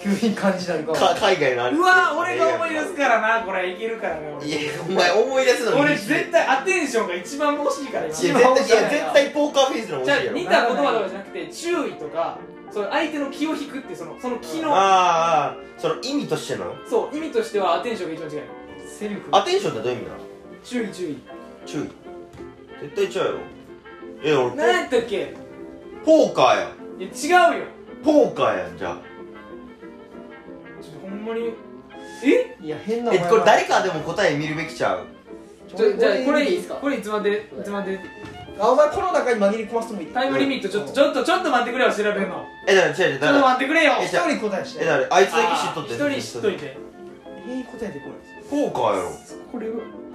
急に感じたのか
か海外のあれ
うわー俺が思い出すからなこれいけるからね俺
いやお前思い出すの
俺絶対アテンションが一番欲しいから
い
一
や
番欲
絶
しい
対いや絶対ポーカーフェイスの方
じゃ
がい
あ
いやろ
似た言葉とかじゃなくて注意とかその相手の気を引くってそのその気の
あーあーその意味としての
そう意味としてはアテンションが一番違うセルフ
アテンションってどういう意味なの
注意注意
注意絶対ちゃうよえ俺
何やったっけ
ポーカーやん
いや違うよ
ポーカーやんじゃあ
ちょっとほんんまにえ
いや変な
え
前
これ誰か
で
でも答え見るべきちゃう
ちょじゃあこれ
いいですか
これいつまでいつまで
あお前この中に紛れ込ませてもいい
タイムリミットちょっとちょっとちょっと待ってくれよ調べるの
えだから違う違う
ちょっ
だ
と
か
待ってくれよ
え
一人答えし
らえ
て
だからあいつだけ知っとって
あー一人知っといて
ええ答えてこれ
そうかよ
これ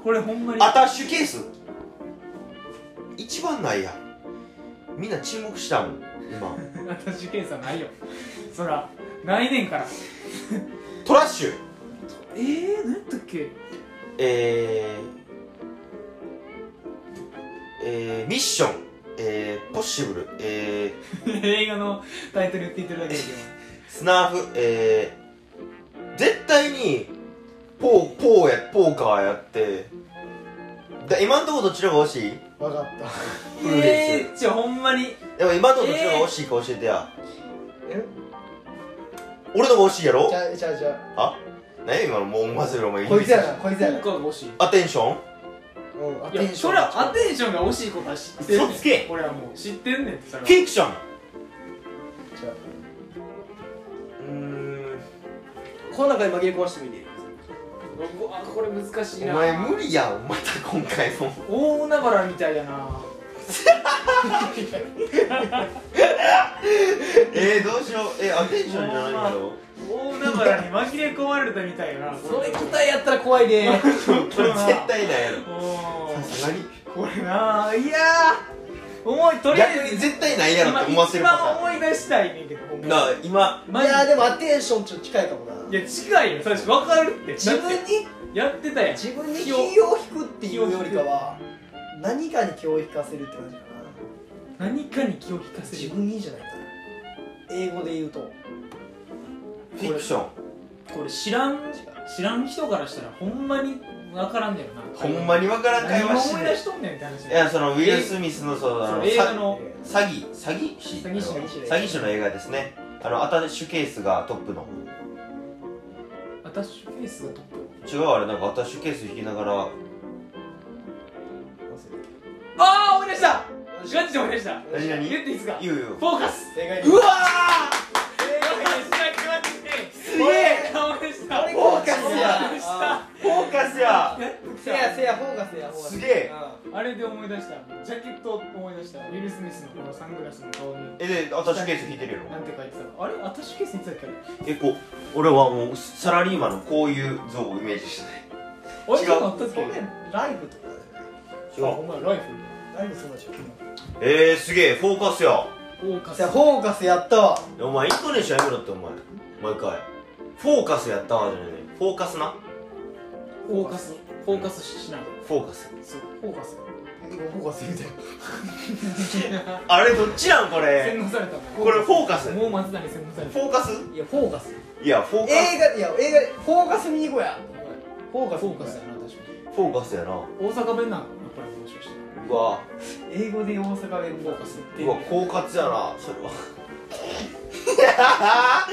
これほんまに
アタッシュケース一番ないやんみんな沈黙したもん今
私検査ないよそらないねんから
トラッシュ
えー、何やったっけ
えー、えー、ミッションえー、ポッシブルえー、
映画のタイトル言って言ってるだけだ
スナーフえー、絶対にポーポーやポーカーやってだ今んとこどっちの方が惜しい
わかった
け
フ
ど
ル
え
で
ー、じゃあほんまに
でも今んとこどっちの方が惜しいか教えてや、
え
俺の方が惜しいやろ
じゃあじゃあじゃ
あ何や今のもう思わせるお前
あこいつやな
な
こいつ
効
やな
果が欲しい
アテンション
うんア
いやそれはアテンションが惜しいことは知ってる
嘘つけ
俺はもう知ってんねんってそれは
フィクション
じゃ
うーん
この中に紛れ込ませてもいいね
うわこれ難しい
お
な
前無理やんまた今回も
大海原みたいやな
えー、どうしようえアテンションじゃないの
大海原に紛れ込まれたみたいな
それ 答えやったら怖いね
これ絶対ないやろ
お
さ
ー
すがに
これないやー重いとりあえ
逆
ず
に絶対ないやろって思わせる
今
パ
一番思い出したいねんけどほん
タ
ま
ーンなあ今
あ
マ
い
ジで
やでもアテンションちょっと近いかもない
や近いよ最初分かるって
自分に
やってたやん
自分に気を引くっていうよりかは何かに気を引かせるって感じかな
何かに気を引かせ
自
る
分にじゃないかな英語で言うと
フィクション
これ知らん知らん人からしたらほんまに分からんねんよな
ほんまにわからん会
何を
話して
思い
ね
出しとんねんって話
いやそのウィル・スミスのそうあ
そ
の
う映画
さ
の
詐欺詐欺師
詐欺師
あの
詐欺師
詐欺師の映画ですねあのアタッシュケースがトップの
アタッシュケースがトップ
違うあれなんかアタッシュケース引きながら
ああ思い出したガチで思い出した
何々
言っていいですか
言うよ
フォーカス
正解
うわ
す
げえ
思い出した
これ
フォーカス
思い出
や
した
ーフォーカスや
せやせやフォーカスやフォーカス
すげえ
あれで思い出したジャケットを思い出したウィル・スミスのこのサングラスの顔に
えでアタッシュケース引いてるやろ
なんて書いてたのあれアタッシュケースについてたっけ
結構俺はもうサラリーマンのこういう像をイメージしてない
あれなんかあったっ
そ
け
れライブとかだよ
あ
ね
お前ライフ
ライブそうだしょ
えー、すげえフォーカスや
フォーカス
せやフォーカスやったわ
お前イントネーションやめろってお前毎回フォーカスやったわじゃないねフォーカスな
フォーカスフォーカスしない
フォーカス
そうフォーカス
今フォーカス言うて
あれどっちなんこ
洗
れ
脳されたもん
これフォーカスフ
もう
ォ
松田に洗脳された
ーカス
いやフォーカス
いやフォーカス
映画いや映画でフォーカス見に行こうやフォーカス
フォーカスだな確か
フォーカスやなう
に大阪弁なのやっぱりもしかして
わ
英語で大阪弁
フォー
フォー
カ
カ
ス
ス
って
うわ狡猾やなそ れは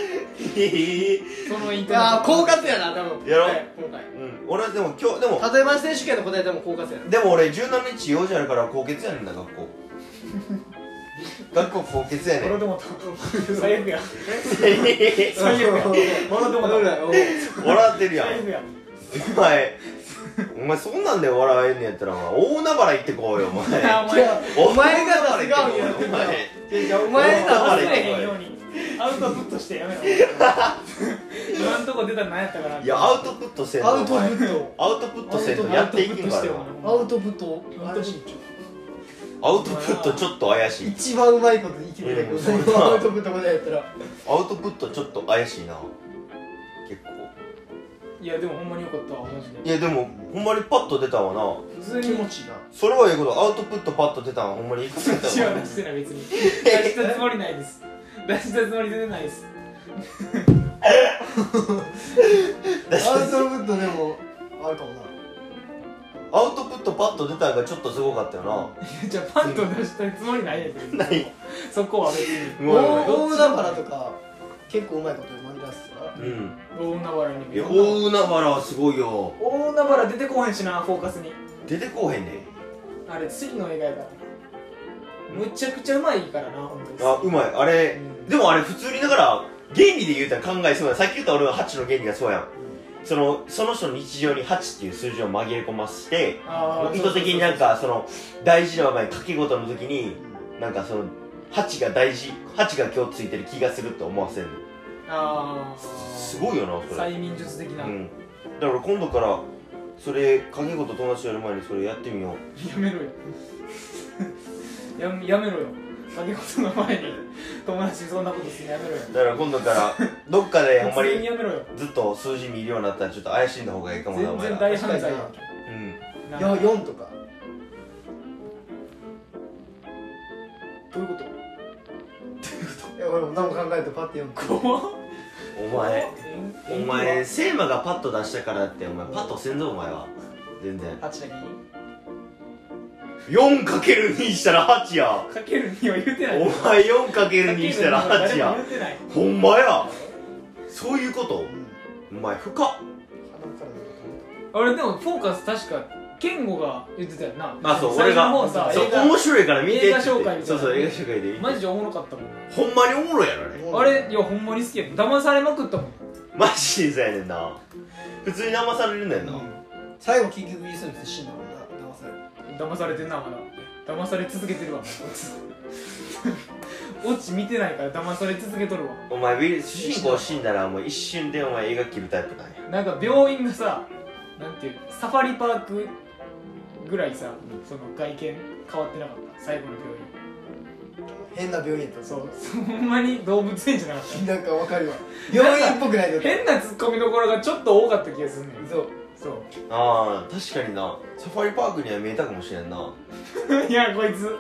そのイントネーション
ああ狡猾やな多分
やろ
はい今回
うん俺はでも今日でも
例えば選手権の答えでも狡猾やな
でも俺17日用事あるから高血やねんな学校学校高血やねん
俺でも最悪や最 悪や
そう
俺でも
どうだろう
笑ってるやん
最悪や
お前お前そんなんで笑えんねやったらお前大海原行ってこうよお前
あお前
お
前が出せがんや
お前
いやお
お前
前
ら
ら
忘れへんようにアウトプットしてや めろ今んとこ出たら何やったかない
やアウトプットせんと
アウトプ
お前
ット
アウトプットせんとやっていけんからな
アウトプット
アウトプッ
アウトプットちょっと怪しい
一番うまいこと言い切れたけど、
うん
最後のアウトプットまでやったら
アウトプットちょっと怪しいな結構
いやでもほんまによかったわマジで
いやでもほんまにパッと出たわな
普通に
気 持ちいいな
それはええことアウトプットパッと出たわほんまにいくつやった
口は
わ
出してない別に出したつもりないです出したつもり出てないです
アウトプットでもあるかもな
アウトプットパッと出たんがちょっとすごかったよ
じゃあパンと出したつもりないやつ
なない
そこは別に
うわ
大海原とか結構うまいこと紛らわすから
うん
大海原に
いや大海原はすごいよ
大海原出てこへんしなフォーカスに
出てこうへんねん
あれ次の映画やからむちゃくちゃうまいからな本当に
あうまいあれ
うん
でもあれ普通にだから原理で言うたら考えそうやさっき言った俺は8の原理がそうやんそのその人の日常に8っていう数字を紛れ込ませて
あー
意図的になんかその大事な場面掛け事の時になんかその8が大事8が今日ついてる気がするって思わせる
あ
す
あ
ごいよなそれ
催眠術的な、
うんだから今度からそれ掛け事友達とやる前にそれやってみよう
やめろよ やめやめろよ掛け事の前に友達にそんなことするのやめろよ
だから今度からどっかでほんま
普通に
に
やめろよ
ずっと数字見るようになったらちょっと怪しんだ方がいいかもなお前
全然
ら
大犯罪や
うん
な
よ4とか
どういうこ
いや俺も何も考えてパッて4個
怖っ
お前お前
え
セーマがパッと出したからってお前パッとせんぞお前は全然
と八だけに
4×2 したら8や
かけるには言うてない
お前 4×2 したら8や
かけるには誰も言うてない
ほんまやそういうこと
うん
お前深っ
鼻から
あれでもフォーカス確か健吾が言ってたよな
あそう
最
俺
初の
が
方さ
そう
映画
面白いから見てって
映画紹介みたいな
そうそう映画紹介で見て
マジでおもろかったもん
ほんまにおもろいやろね
どう
あ
な
れいやほんまに好きやった騙されまくったもん
マジでそうやねんな普通に騙されるんだよな、
うん最後結局リスンして死んだもんな騙される
騙されてんなまだ騙され続けてるわ オチ見てないから騙され続けとるわ
お前ウィル主人公死んだらもう一瞬でお前映画切るタイプなんや
なんか病院がさなんていうサファリパークぐらいさその外見変わってなかった最後の病院
変な病院やった
そうそうほんまに動物園じゃなかっ
なんかわかるわ病院っぽくない
た
よ
変なツッコミどころがちょっと多かった気がするねん
そう
そう
ああ確かになサファリパークには見えたかもしれんない
やこいつ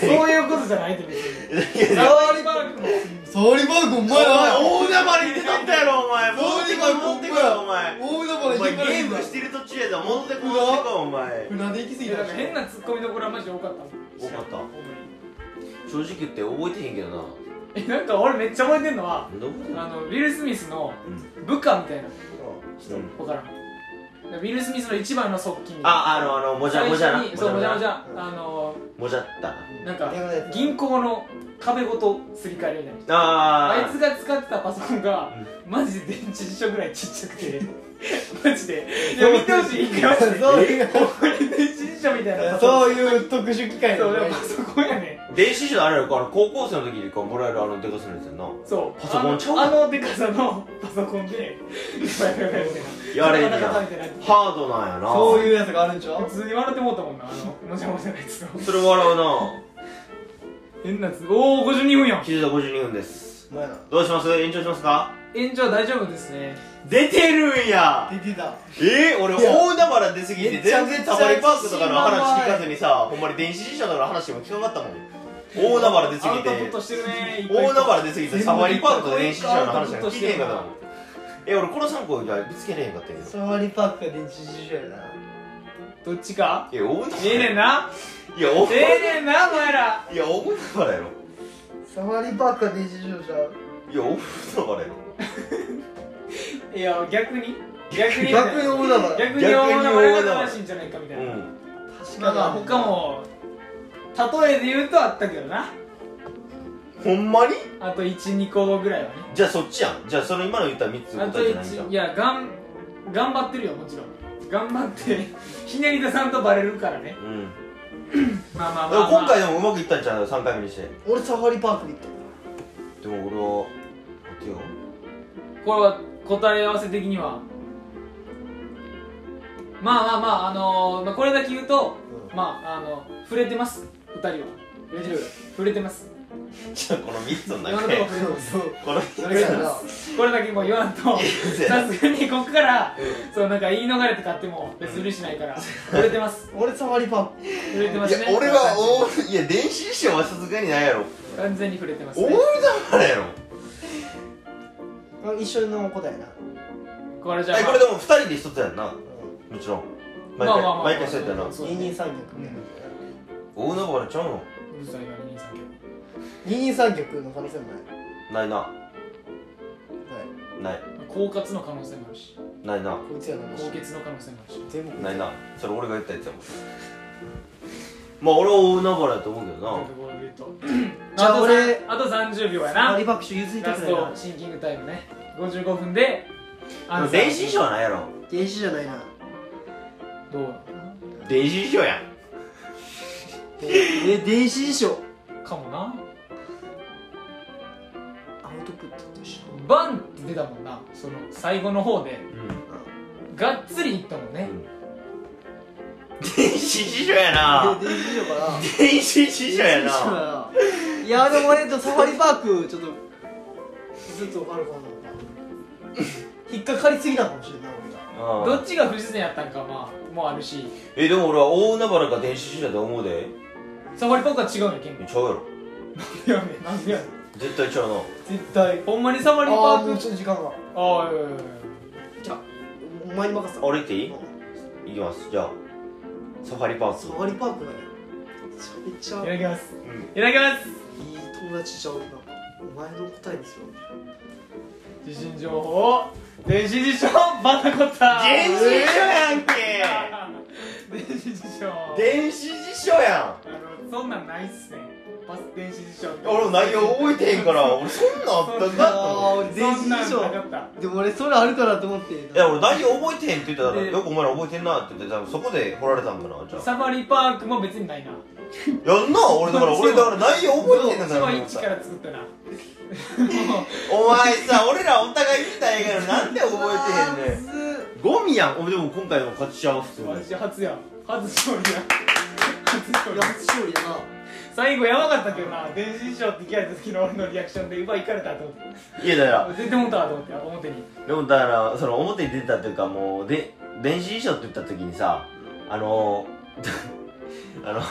そういうことじゃないって別に サファリパークも
サファリパークお前ら
大だまり出とったやろお前戻ってこい戻ってこいお前
大海
お
原
前
引っ張ら
ゲ
れて
ー
んだ
ムしてる途中やぞ戻ってこい戻ってこいお前
船で行き過
い
ぎ
や
た
なんか変なツッコミどころはマジで多かったもん
多かった
ほんまに
正直言って覚えてへんけどな
えなんか俺めっちゃ覚えてんのは
どこ
あのウィル・スミスの
うん
部下みたいな人、
うん
分からんウィル・スミスの一番の側近
ああのあのもじゃ
最
も
初
じゃな
にそうもじゃもじ
な
ゃあの
もじゃったな
なんか
英語のやつ
銀行の壁ごとすり替えるみたいなあ
あ
いつが使ってたパソコンがマジで電池辞書ぐらいちっちゃく てマジでいや見てほしい一回マジで
そういう
これ電子辞書みたいな
そうういう特殊機械
そうで
の
もパソコンやね
あ電子辞書あれやろあの高校生の時にこうもらえるあのデカさのやつやんな
そう
パソコンちゃう
あのあのデカさのパソコンでいっぱいやるみ
や
たいな
れんねや
カタカタみたいなやつ
ハードなんやな
そういうやつがあるんちゃう
普通に笑ってもうたも んなあのもじゃもじゃのやつの
それ笑うな
変なやつおお52分やん
気づいた52分です
お前ら
どうします延長しますか
延長大丈夫ですね
出てるんや
出てた
えー、俺
いや
大海原出過ぎて
めちゃ
全
めちゃ
然サファリパークとかの話聞かずにさほんまに電子辞書とかの話も聞かなかったもん大海原出過ぎ
アウトプッ
て
トしてるね
大海原出過ぎて
全部
サファリパークと電子辞書の
ア
話
ウトプッ
は
ト
聞
し
い
て
てへん
る
か
な
ったもんえ俺この3個じゃぶつけれへんかったんやけ
サファリパークか電池自由やな
どっちか
どいや大海
ええね
原
んない
や大
ええねんなお前ら
いや大海原やろ
サファリパークか電池自由じゃう
いや大海原やろ
いや逆に逆に
逆に大だから
逆に大な俺が正しいんじゃないかみたいな、
うん
まあまあ他も例えで言うとあったけどな
ほんまに
あと12個ぐらいはね
じゃあそっちやんじゃあその今の言ったら3つ
あと
答えじゃないんじゃ
1いやがん頑張ってるよもちろん頑張ってひねり出さんとバレるからね
うん
まあま
だ
あまあ、
から
まあ、
今回でもうまくいったんちゃう3回目にして
俺サファリパークで行った
でも俺は待てよ
これは答え合わせ的にはまあまあまああのーまあ、これだけ言うとまああの触れてます2人は
売れてる
触れてます
じゃあこの3つの
今のと
中
ころ
で
触れてます
そう
この
それがやな
これだけもう言わんとさすがにここから、そうなんか言い逃れとかあっても別に無理しないから触れてます
俺サファリパーク
触れてま
い
す
や
ね
俺はおいや電子辞書はさすがにないやろ
完全に触れてます
大
ね
海原やろ
あ一緒の答えな
これじゃあ、
え
ま
こ
あ
れでも2人で1つやんな
う
もちろん毎
まあまあまあ
回毎回そうやったよな
そう
二
だね
人三脚みたいな
大海原ちゃうの
うるさいな二人三脚
二人三脚の可能性もな
な
い
いな
な
な
い
い
狡猾の可能性もあるし
ないな
こいつやな
高潔の可能性もあるし
全部
ないなそれ俺が言ったやつやもんまあ俺は大海原やと思うけどな
ところで言うと
じゃあ
あと
俺
さあと30秒や
バ
な
リバクシュ譲りた
ラ
く
ス
ない
ト
な
シンキングタイムね55分で
でも
サー
電子書はないやろ
電子じゃないな
どう
電子書やん
え電子辞書
かもな
アウトプットってし
バンって出たもんなその最後の方で
うん
がっつりいったもんね、
電子辞書やな
電子辞書かな
電子辞書や
電子辞書
な
だないやでも俺とサファリパークちょっと
ずっとあるかもな引っかかりすぎたかもしれんない俺が
うん
どっちが不自然やったんかまあもうあるし
えでも俺は大海原か電子辞書だと思うで
サファリパークは違うよケン
えちゃうやろ
いやねなんでやねん
絶対ちゃうな
絶対
ほんまにサファリパ
ああも
ー
う
ク
ちょっと時間が
ああいやいやいや
お前に任せた
俺っていい
うん
いきますじゃあサファリパー
サ
ツ
ファリパークだねめちゃめちゃ
いただきます
うん
いただきます
いい友達じゃん俺なお前の答えですよ
地震情報電子辞書バタコタ
電子辞書やんけ
電子辞書
電子辞書や
あのそんなんないっすねパス電子辞書
ん俺も内容覚えてへんから 俺そんなんあったんだと思って
あ俺電
そ
子
んなん
辞
なか
書
った
でも俺それあるからと思って
いや俺内容覚えてへんって言ったら
で
よくお前ら覚えてんなって言って多分そこで掘られたんかなじゃあ
サファリパークも別にないな
やんな俺だから俺だから内容覚えてんの
そ
か
うそ
な
う
と思っ
一か
た
ら作ったなも
お前さ俺らお互い見た映画やのなんで覚えてへんねんゴミやんおでも今回の勝ちちゃう普通
う
に
私初や初勝利や初勝利
いや初勝利だな
最後やばかったけどな電子辞書って聞かれた時の俺のリアクションでうわ行かれたと思って
いやだか
絶対持ったわと思って表に
らでもだからその表に出たというかもうで電子辞書って言った時にさあの あの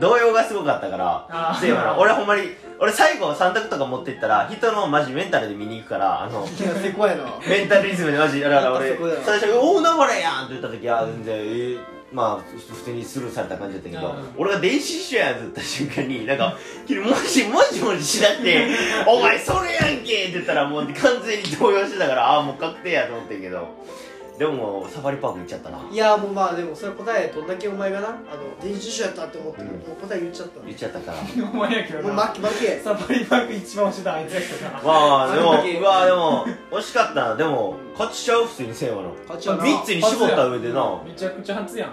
動揺がすごかったから
あ
そういえばな俺ほんまに俺最後3択とか持ってったら人のマジメンタルで見に行くからあの
いやせこやな
メンタルリズムでマジだから
や
俺
っぱそこだよ
最初「大名原やん!」って言った時は全然、えーまあふ普通にスルーされた感じだったけど、
うん
俺が電子書やんって言った瞬間になんか君もしもしもししだって 「お前それやんけ!」って言ったらもう完全に動揺してたからああもう確定やと思ってんけどでももうサファリパーク行っちゃったない
やもうまあでもそれ答えどんだけお前がなあの電子辞書やったって思って
うん
もう答え言っちゃった
行っちゃったから
お前やけど
もう
な
負け負け
サファリパーク一番押してたあいつやけどな
まあまあでも
あんだけ
うわあでも惜しかったなでも勝ちちゃう普通にせんわの
勝ちはな
3つに絞った上でな
めちゃくちゃ初やん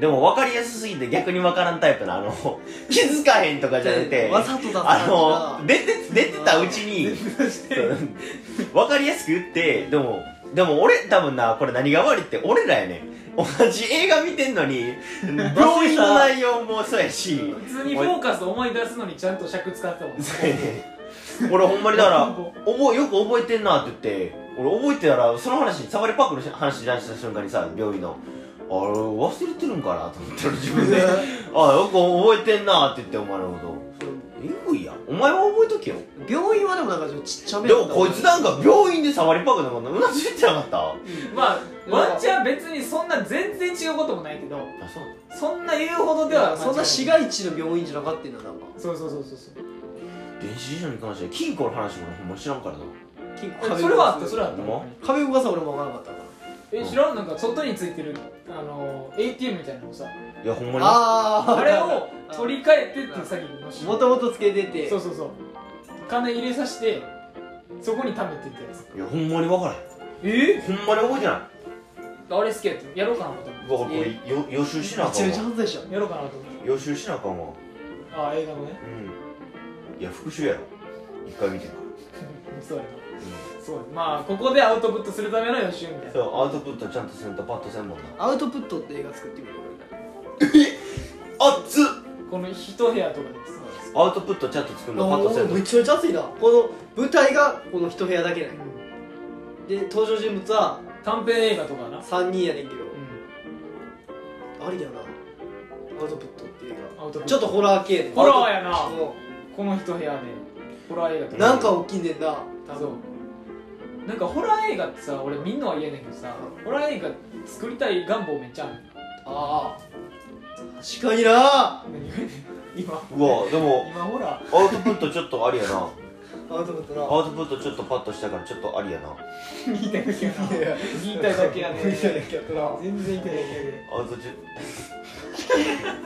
でも分かりやすすぎて逆に分からんタイプのあ の気づかへんとかじゃなくて
わざとだった
あの
んだ
出て出てたうちに 分かりやすく言ってでもでも俺多分なこれ何が悪いって俺らやねん同じ映画見てんの に病院の内容もそうやし
普通にフォーカス思い出すのにちゃんと尺使ってたも ん
そうやねん俺ほんまにだから覚えよく覚えてんなって言って俺覚えてたらその話サファリパークの話出した瞬間にさ病院のあれ忘れてるんかなと思って俺自分であよく覚えてんなって言ってお前のことえぐいやんお前は覚えとけよ
病院はでもなんかちょっとちっちゃめ
で
だっ
も
た
こいつなんか病院でサファリパークのことうなずいてなかったあ
まあワンチャン別にそんな全然違うこともないけど
そう
そんな言うほど
い
では
やそんな市街地の病院じゃなかったんだなんか
そうそうそうそうそう
電子辞書に関しては金庫の話もほんま知らんからな
金庫
それはあったそれはあっ
ほんま
た
壁動かさ俺も分からなかったから
え知らんなんか外についてるあの ATM みたいなのさ
いやほんまに
あー
あれを取り替えてって詐欺の
もともとつけてて
そうそうそう金入れさしてそこに貯めてってやつ
いやほんまに分からへ
え
んほんまに覚えてない
あれ好きやってやろうかなと思っ
だからこれよ予習しなあ
め
か
ちゃ
ん
めちゃ
わ
犯罪者
てやろうかなと思って
予習しなあかんわ
ああ映画のね
うんいや復習やろ一回見てんか
そうやな
ら、
そうやなまあここでアウトプットするための予習みたい
そ
な
うアウトプットちゃんとせんとパッとせんもんな
アウトプットって映画作ってみる
あっつ
この一部屋とかです
アウトプットちゃんと作る
俺
のパッとせんと
めちゃめちゃ熱いなこの舞台がこの一部屋だけないで登場人物は
短編映画とかな
3人やねんけど
うん
ありだよなアウトプットっていうか
アウトプット
ちょっとホラー系で
ホラーやな
アウトプッ
この一部屋でホラー映画と
ト
か
なんか大きいねんな
そ
多
う
分
なんかホラー映画ってさ俺見んのは言えないけどさホラー映画作りたい願望めっちゃある
ああ確かにな
何が言うねん今
うわでも
今ホラー
アウトプットちょっとありやな
アウトプット
ア
な
ウトプットちょっとパッとしたからちょっとありやな
言いたいだけやな
や
言いたいだけやね
みたいなやつやったな
全然言いたいだけやで
アウトち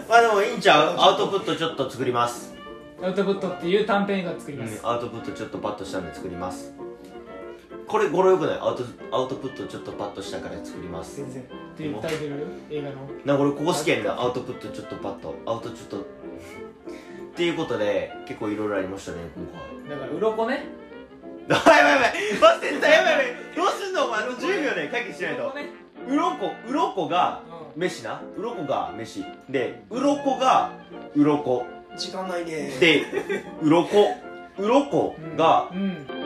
まあでもいいんちゃうアウトプットちょっと作ります、
アウトプットっていう短編映画作り
う
ま
ん
す、
アウトプットちょっとパッとしたんで作りますこれ語呂よくないアウトアウトプットちょっとパッとしたから作ります
全然
っていうタイトル映画の
なんか俺ここ好きやねんなアウトプットちょっとパッとアウトちょっとっていうことで結構いろいろありましたね今回
だから鱗ね
やばいやばいやばい忘れたやばいやばいどうすんのお前あと10秒で解決しないと
鱗ね
うろこうろこが飯なうろこが飯でうろこがうろこ
時間ないね
でうろこうろこが
うん、うん